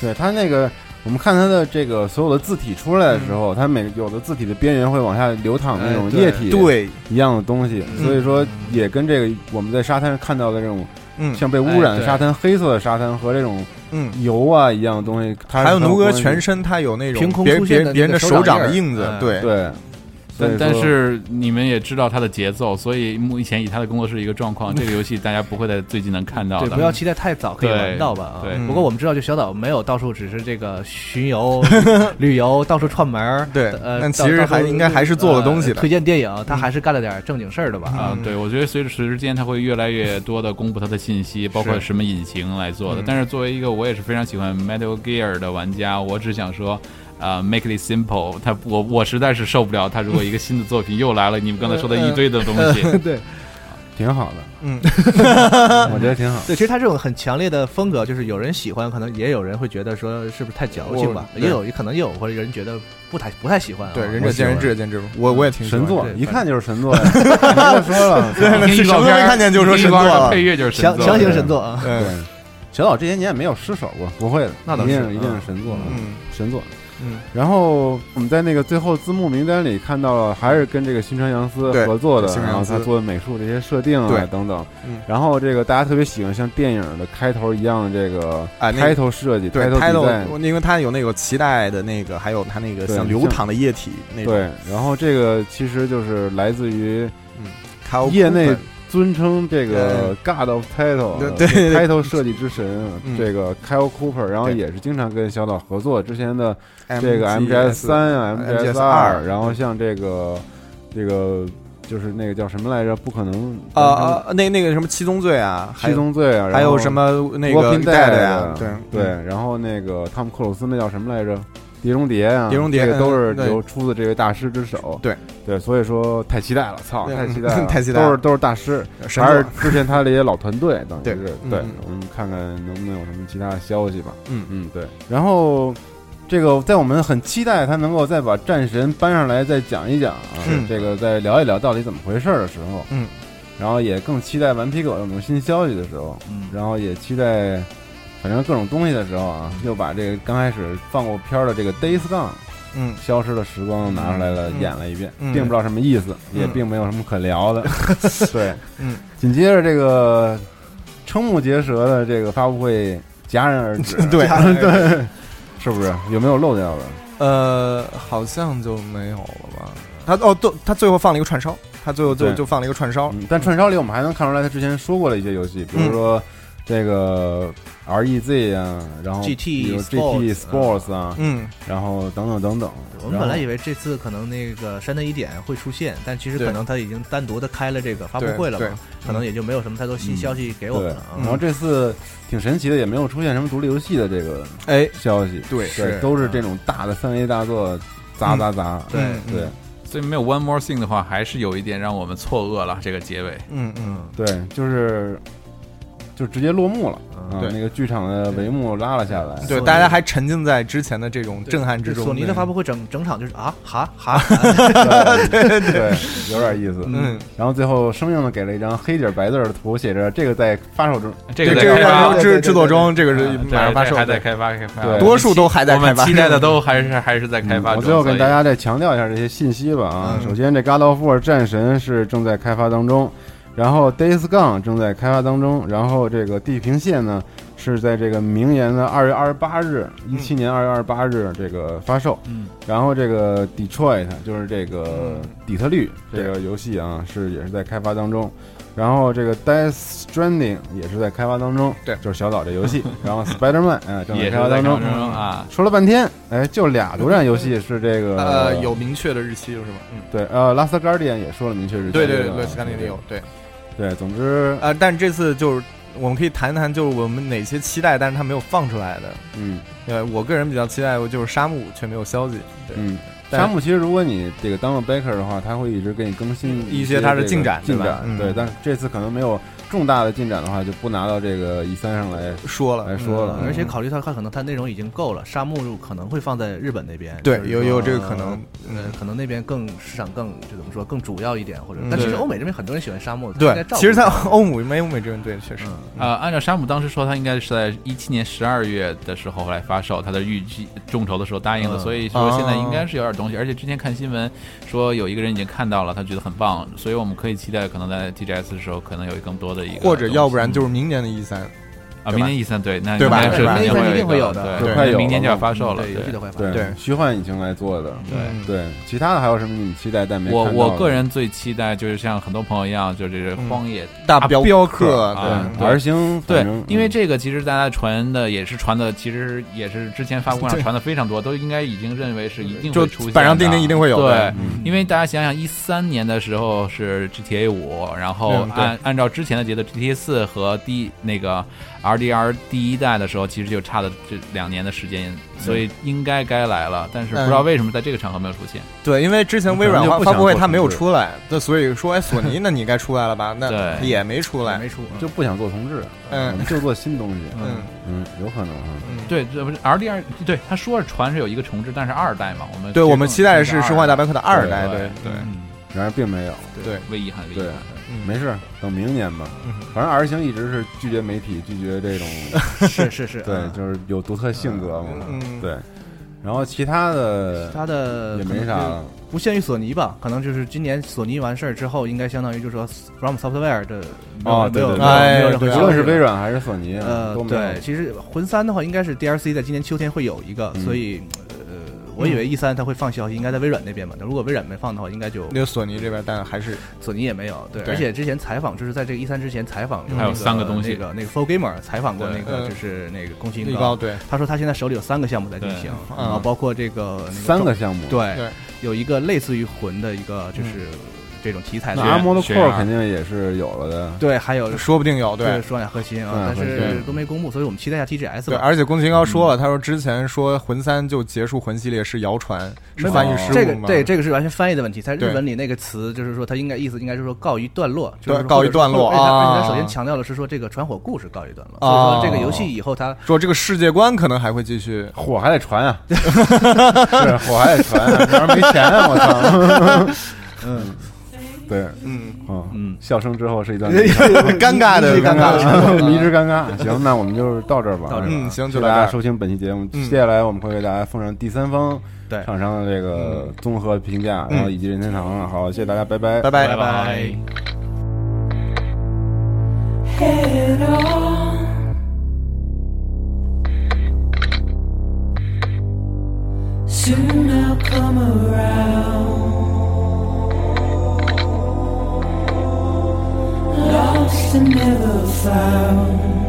Speaker 9: 对他那个，我们看他的这个所有的字体出来的时候，它每有的字体的边缘会往下流淌那
Speaker 12: 嗯
Speaker 9: 种
Speaker 12: 哎对
Speaker 9: 液体，
Speaker 12: 对
Speaker 9: 一样的东西，
Speaker 12: 嗯
Speaker 9: 所以说也跟这个我们在沙滩上看到的这种。
Speaker 12: 嗯
Speaker 9: 像被污染的
Speaker 12: 哎
Speaker 9: 沙滩、黑色的沙滩和这种
Speaker 12: 嗯
Speaker 9: 油啊一样的东西，它是
Speaker 12: 还有
Speaker 9: 很
Speaker 12: 奴哥
Speaker 9: 关系
Speaker 12: 全身他有那种
Speaker 9: 凭空
Speaker 12: 别
Speaker 9: 出现
Speaker 12: 别
Speaker 9: 的
Speaker 12: 别人
Speaker 9: 那
Speaker 12: 的手
Speaker 9: 个手
Speaker 12: 掌的
Speaker 9: 掌印
Speaker 12: 印子
Speaker 9: 儿，
Speaker 12: 对
Speaker 9: 对所以
Speaker 2: 但但
Speaker 9: 说
Speaker 2: 是你们也知道它的节奏，所以目前以它的工作室一个状况，这个游戏大家不会在最近能看到
Speaker 10: 对，
Speaker 2: 的。
Speaker 10: 不要期待太早可以玩到吧啊！
Speaker 2: 对，
Speaker 10: 不过我们知道，就小岛没有到处只是这个巡 游、旅游，到处串门儿。
Speaker 12: 对
Speaker 10: 呃，
Speaker 12: 但
Speaker 10: 到
Speaker 12: 其实
Speaker 10: 到处
Speaker 12: 还应该还是做了东西的嗯
Speaker 10: 呃推荐电影，他还是干了点正经事儿的吧？
Speaker 2: 啊，对，我觉得随着时间，它会越来越多的公布它的信息，包括
Speaker 10: 是
Speaker 2: 什么引擎来做的
Speaker 10: 嗯。
Speaker 2: 但是作为一个我也是非常喜欢 Metal Gear 的玩家，我只想说。啊、m a k e it simple，他我我实在是受不了他如果一个新的作品又来了，你们刚才说的一堆的东西，
Speaker 10: 对，
Speaker 9: 挺好的，，
Speaker 10: 嗯
Speaker 9: 我觉得挺好
Speaker 10: 对，其实他这种很强烈的风格，就是有人喜欢，可能也有人会觉得说是不是太矫情吧，
Speaker 9: 我
Speaker 10: 也有可能也有或者有人觉得不太不太喜欢啊。
Speaker 12: 对
Speaker 10: 我
Speaker 12: 仁者见仁智者见智我我也挺喜欢
Speaker 9: 神作
Speaker 12: 对，，
Speaker 9: 一看就是神作呀，没得说了
Speaker 12: 对那是什么都没看见就说神作了强强行神作啊
Speaker 9: 对
Speaker 12: 对，
Speaker 9: 小岛这些年没有失手过，不会的，
Speaker 12: 那倒
Speaker 9: 一定
Speaker 12: 是
Speaker 9: 一定
Speaker 12: 嗯
Speaker 9: 是神作，
Speaker 12: 嗯，
Speaker 9: 神作。
Speaker 12: 嗯，
Speaker 9: 然后我们在那个最后字幕名单里看到了，还是跟这个新川阳司
Speaker 12: 对
Speaker 9: 合作的
Speaker 12: 新，川
Speaker 9: 然后
Speaker 12: 洋司
Speaker 9: 他做的美术这些设定
Speaker 12: 对
Speaker 9: 啊等等
Speaker 12: 嗯。
Speaker 9: 然后这个大家特别喜欢像电影的开头一样的这个
Speaker 12: 啊，那个
Speaker 9: 开头设计，
Speaker 12: 对
Speaker 9: 开头比赛
Speaker 12: title，因为它有那个脐带的那个，还有它那个
Speaker 9: 对
Speaker 12: 像流淌的液体那种。
Speaker 9: 对，然后这个其实就是来自于
Speaker 12: 嗯
Speaker 9: 业内呃
Speaker 12: Cooper
Speaker 9: 尊称这个 God of Title，
Speaker 12: 对对对
Speaker 9: Title 设计之神
Speaker 12: 嗯，
Speaker 9: 这个 Kyle Cooper，然后
Speaker 12: 对
Speaker 9: 也是经常跟小岛合作，之前的这个
Speaker 12: MGS
Speaker 9: 三啊
Speaker 12: MGS
Speaker 9: 二，
Speaker 12: 二
Speaker 9: 然后像这个这个就是那个叫什么来着？不可能
Speaker 12: 啊啊，啊那那个什么七宗罪啊，还
Speaker 9: 七
Speaker 12: 有
Speaker 9: 宗罪啊，
Speaker 12: 还有什么那个带
Speaker 9: 带
Speaker 12: 的呀，对
Speaker 9: 啊对
Speaker 12: 嗯，
Speaker 9: 然后那个汤姆克鲁斯那叫什么来着？碟中谍啊，
Speaker 12: 碟中谍
Speaker 9: 这个都是
Speaker 12: 嗯对
Speaker 9: 由出自这位大师之手。
Speaker 12: 对
Speaker 9: 对，所以说太期待了，操，
Speaker 12: 对
Speaker 9: 太期待了，
Speaker 12: 太期待了
Speaker 9: 都是都是大师，
Speaker 12: 嗯神作
Speaker 9: 还是之前他的一些老团队，等于是
Speaker 12: 对
Speaker 9: 对
Speaker 12: 嗯，
Speaker 9: 我们看看能不能有什么其他的消息吧。
Speaker 12: 嗯
Speaker 9: 嗯，对，然后。这个在我们很期待他能够再把战神搬上来再讲一讲啊，
Speaker 12: 嗯
Speaker 9: 这个再聊一聊到底怎么回事儿的时候，
Speaker 12: 嗯，
Speaker 9: 然后也更期待顽皮狗有什么新消息的时候，
Speaker 10: 嗯，
Speaker 9: 然后也期待反正各种东西的时候啊，又把这个刚开始放过片儿的这个 Days Gone，
Speaker 12: 嗯，
Speaker 9: 消失的时光拿出来了、
Speaker 12: 嗯
Speaker 9: 演了一遍，
Speaker 12: 嗯
Speaker 9: 并不知道什么意思，
Speaker 12: 嗯
Speaker 9: 也并没有什么可聊 的，对，
Speaker 12: 嗯，，
Speaker 9: 紧接着这个瞠目结舌的这个发布会戛然而止啊
Speaker 12: 对
Speaker 9: 对，是不是有没有漏掉的？
Speaker 12: 呃，好像就没有了吧？他哦，对，他最后放了一个串烧，他最后就
Speaker 9: 对
Speaker 12: 就放了一个串烧，
Speaker 9: 嗯但串烧里我们还能看出来他之前说过的一些游戏，比如说这个 R E Z 啊，然后
Speaker 10: GT
Speaker 9: 比如 GT
Speaker 10: Sports，
Speaker 9: Sports 啊，
Speaker 12: 嗯，
Speaker 9: 然后等等等等。
Speaker 10: 我们本
Speaker 9: 然后
Speaker 10: 来以为这次可能那个山的一点会出现，但其实
Speaker 12: 对
Speaker 10: 可能他已经单独的开了这个发布会了
Speaker 12: 对对嗯
Speaker 10: 嘛，可能也就没有什么太多新消息给我们
Speaker 9: 对
Speaker 10: 了。，啊
Speaker 9: 然后这次挺神奇的，也没有出现什么独立游戏的这个
Speaker 12: 哎
Speaker 9: 消息，
Speaker 12: 对
Speaker 9: 对，
Speaker 12: 是
Speaker 9: 都是这种大的三 A 大作砸砸砸，嗯
Speaker 2: 对
Speaker 9: 对
Speaker 2: 所以没有 One More Thing 的话，还是有一点让我们错愕了这个结尾。
Speaker 12: 嗯嗯，
Speaker 9: 对，就是就直接落幕了啊
Speaker 12: 对，
Speaker 9: 那个剧场的帷幕拉了下来，
Speaker 12: 对，大家还沉浸在之前的这种震撼之中。
Speaker 10: 索尼的
Speaker 12: 对
Speaker 10: 发布会整整场就是啊哈 哈，
Speaker 9: 对对，有点意思。
Speaker 10: 嗯，
Speaker 9: 然后最后生硬的给了一张黑底儿白字儿的图，写着这个在发售中，
Speaker 2: 这个在
Speaker 9: 这
Speaker 2: 开发
Speaker 9: 在
Speaker 2: 对
Speaker 9: 制
Speaker 2: 对对
Speaker 9: 制
Speaker 2: 对
Speaker 9: 作
Speaker 2: 对
Speaker 9: 中，
Speaker 2: 对
Speaker 9: 这个
Speaker 2: 对
Speaker 9: 是
Speaker 2: 对
Speaker 9: 马上发售，
Speaker 2: 还在开发开发
Speaker 9: 对
Speaker 2: 多数都还在开发我们期待的都还是 还是在
Speaker 9: 嗯
Speaker 2: 开发
Speaker 9: 我
Speaker 2: 中
Speaker 9: 最后
Speaker 2: 所
Speaker 9: 跟
Speaker 2: 以嗯
Speaker 9: 大家再强调一下这些信息吧啊，首先这《God of War 战神》是正在开发当中，然后《Days Gone》正在开发当中，然后这个《地平线》呢是在这个明年的二月二十八日，一
Speaker 2: 嗯
Speaker 9: 七年二月二十八日这个发售，
Speaker 10: 嗯，
Speaker 9: 然后这个 Detroit 就是这个
Speaker 12: 嗯
Speaker 9: 底特律这个游戏啊，是也是在开发当中。然后这个 Death Stranding 也是在开发当中，
Speaker 12: 对，
Speaker 9: 就是小岛这游戏。然后 Spiderman 哎，正
Speaker 2: 也是
Speaker 9: 在开发
Speaker 2: 在
Speaker 9: 当中
Speaker 2: 开发当中啊
Speaker 9: 说了半天，哎，就俩独占游戏是这个
Speaker 12: 呃有明确的日期是吗？嗯，
Speaker 9: 对呃，Last Guardian 也说了明确日期，
Speaker 12: 对对对
Speaker 9: 吧
Speaker 12: 对，斯卡内里有对。
Speaker 9: 对，总之
Speaker 12: 呃，但这次就是我们可以谈谈，就是我们哪些期待，但是他没有放出来的。
Speaker 9: 嗯，
Speaker 12: 呃，我个人比较期待，就是沙漠却没有消息。对，
Speaker 9: 嗯，沙漠其实，如果你这个当了 baker 的话，他会一直给你更新
Speaker 11: 一
Speaker 9: 些
Speaker 11: 些它的进展
Speaker 9: 进
Speaker 11: 对吧
Speaker 9: 展，
Speaker 11: 嗯
Speaker 9: 对。但是这次可能没有重大的进展的话，就不拿到这个 E 三上来
Speaker 11: 哎说了
Speaker 9: 来说
Speaker 12: 嗯
Speaker 9: 了。
Speaker 11: 嗯
Speaker 10: 而且考虑到它可能它内容已经够了，沙漠可能会放在日本那边，
Speaker 11: 对
Speaker 10: 就是
Speaker 11: 有
Speaker 10: 说
Speaker 11: 有这个可能，
Speaker 10: 呃，可能那边更市场更就怎么说更主要一点，或者
Speaker 11: 嗯
Speaker 10: 但其实
Speaker 2: 对
Speaker 10: 欧美这边很多人喜欢沙漠，他应该
Speaker 11: 对
Speaker 10: 照，顾
Speaker 11: 其实，在
Speaker 10: 一下
Speaker 11: 欧姆没欧美这边对，确实，
Speaker 2: 呃，按照沙姆当时说，他应该是在一七年十二月的时候来发售，他的预计众筹的时候答应了，
Speaker 11: 嗯
Speaker 2: 所以说现在
Speaker 11: 哦
Speaker 2: 应该是有点东西。而且之前看新闻说有一个人已经看到了，他觉得很棒，所以我们可以期待可能在 TGS 的时候可能有更多的一个
Speaker 11: 或者要不然
Speaker 2: 东西
Speaker 11: 就是明年的 E 三
Speaker 2: 啊，明年 E 三对，那
Speaker 11: 对吧
Speaker 2: 应该是
Speaker 11: 对吧
Speaker 2: 明年
Speaker 11: 一定
Speaker 2: 会
Speaker 11: 会
Speaker 2: 有
Speaker 11: 有
Speaker 2: 一
Speaker 11: 的
Speaker 2: 个
Speaker 11: 对
Speaker 2: 对，
Speaker 9: 快有了
Speaker 2: 明年就要发售了，
Speaker 10: 对游戏都快发
Speaker 9: 对
Speaker 11: 对
Speaker 9: 虚幻引擎来做的，
Speaker 11: 嗯
Speaker 9: 对。其他的还有什么你期待但没
Speaker 2: 我
Speaker 9: 看到
Speaker 2: 我
Speaker 9: 的
Speaker 2: 个人最期待就是像很多朋友一样，就是《
Speaker 11: 嗯
Speaker 2: 荒野
Speaker 11: 大镖
Speaker 2: 镖
Speaker 11: 客
Speaker 2: 啊
Speaker 11: 对
Speaker 2: 对
Speaker 9: 嗯 R 星
Speaker 2: 对
Speaker 9: 反正，嗯
Speaker 2: 因
Speaker 11: 嗯
Speaker 2: 为这个其实大家传的也是传的，其实也是之前发布会上传的非常多，都应该已经认为是一定会
Speaker 11: 就
Speaker 2: 出现的，
Speaker 11: 板上钉钉一定会有
Speaker 2: 对
Speaker 11: 的，
Speaker 2: 因为大家想想，一三年的时候是 GTA 五，然后
Speaker 11: 嗯对
Speaker 2: 按按照之前的节奏，GTA 四和第一那个 RDR 第一代的时候，其实就差的这两年的时间，所
Speaker 11: 嗯
Speaker 2: 以应该该来了，但是不知道为什么在这个场合没有出现。
Speaker 11: 对，因为之前微软发发布会它没有出来，那所以说，哎，索尼，那你该出来了吧？那
Speaker 2: 对
Speaker 11: 也没出 来，
Speaker 10: 没出，嗯
Speaker 9: 就不想做同志，
Speaker 11: 嗯
Speaker 9: 我们就做新东 西，
Speaker 11: 嗯
Speaker 9: 嗯，有可能哈。
Speaker 2: 对，这不是 R D 二，对他说是传是有一个重置，但是二代嘛，我们
Speaker 11: 对我们期待的是《
Speaker 2: 生
Speaker 11: 生化大镖客》的二代，
Speaker 2: 对
Speaker 11: 对，
Speaker 9: 然而并没有，
Speaker 11: 对，
Speaker 2: 微遗憾，微遗
Speaker 9: 对
Speaker 2: 憾。
Speaker 11: 嗯
Speaker 9: 没事，等明年吧。反正 R 星一直是拒绝媒体，拒绝 这种，
Speaker 10: 是是是，
Speaker 9: 对，
Speaker 10: 嗯
Speaker 9: 就是有独特性格嘛，
Speaker 11: 嗯
Speaker 9: 对。然后其他的
Speaker 10: 它的
Speaker 9: 也
Speaker 10: 可能
Speaker 9: 没啥
Speaker 10: 就
Speaker 9: 了，
Speaker 10: 不限于索尼吧，可能就是今年索尼完事儿之后，应该相当于就是说 From Software 的没有
Speaker 9: 哦，
Speaker 10: 没
Speaker 9: 对对对，
Speaker 10: 有没有没有
Speaker 11: 哎
Speaker 10: 任何
Speaker 11: 对
Speaker 10: 消息
Speaker 9: 无论是
Speaker 10: 了
Speaker 9: 微软还是索尼，啊嗯
Speaker 10: 呃
Speaker 9: 都，没有
Speaker 10: 对，其实魂三的话，应该是 DLC 在今年秋天会有一个，
Speaker 9: 嗯
Speaker 10: 所以呃，我以为 E 三它会放消息，应该在微软那边嘛。那如果微软没放的话，应该就
Speaker 11: 那个索尼这边，但还是
Speaker 10: 索尼也没有。对，
Speaker 11: 对
Speaker 10: 而且之前采访就是在这个 E 三之前采访，
Speaker 2: 还有
Speaker 10: 那
Speaker 2: 三个东西
Speaker 10: 那个那个 Full Gamer 采访过那个
Speaker 11: 对
Speaker 10: 就是那个宫崎
Speaker 11: 力
Speaker 10: 英
Speaker 11: 高
Speaker 10: 高，
Speaker 11: 对，
Speaker 10: 他说他现在手里有三个项目在进行，
Speaker 11: 对
Speaker 10: 然后包括这个那
Speaker 9: 三个
Speaker 10: 撞
Speaker 9: 项目，，
Speaker 10: 对
Speaker 11: 对，
Speaker 10: 有一个类似于魂的一个就是这种题材
Speaker 9: 那
Speaker 10: 的。
Speaker 2: 阿
Speaker 9: Armored
Speaker 2: 血压
Speaker 9: Core 肯定也是有了的，
Speaker 10: 对，还有
Speaker 11: 说不定有
Speaker 10: 对
Speaker 11: 对。
Speaker 10: 双眼核心
Speaker 9: 双眼，
Speaker 10: 啊但
Speaker 9: 核
Speaker 10: 是
Speaker 9: 心
Speaker 10: 都没公布，所以我们期待一下 TGS
Speaker 11: 对，
Speaker 10: 吧。
Speaker 11: 而且宫崎英高说了，他说之前说魂三就结束魂系列是谣传，是翻译失误
Speaker 10: 这个
Speaker 11: 嘛
Speaker 10: 对，这个是完全翻译的问题。在日
Speaker 11: 对
Speaker 10: 本里那个词，就是说它应该意思应该是说告一段落，就是
Speaker 11: 对
Speaker 10: 说
Speaker 11: 告一段落
Speaker 10: 而且它而且它
Speaker 11: 啊
Speaker 10: 首先强调的是说这个传火故事告一段落，所以说这个游戏以后它
Speaker 11: 说这个世界观可能还会继续。
Speaker 9: 火还得传 啊，是火还得传啊，要不然没钱啊，我操，嗯， 对，
Speaker 11: 嗯，
Speaker 9: 哦
Speaker 10: 嗯
Speaker 9: 笑声之后是一 段
Speaker 11: 尴尬的， 嗯尴尬的。
Speaker 9: 尬， 迷之尴尬。行，那我们就到这儿吧。
Speaker 10: 到这儿吧
Speaker 11: 嗯行
Speaker 9: 谢
Speaker 11: 就
Speaker 9: 谢
Speaker 11: 到
Speaker 9: 大
Speaker 11: 这儿
Speaker 9: 家收听本期节目。接下来我们会给大家奉上第三方
Speaker 10: 对
Speaker 9: 厂商的这个综合评价，然后以及任天堂啊。好，谢谢大家，拜拜，
Speaker 11: 拜拜
Speaker 2: 拜拜。
Speaker 14: head on. Soon I'll come around. Lost and never found.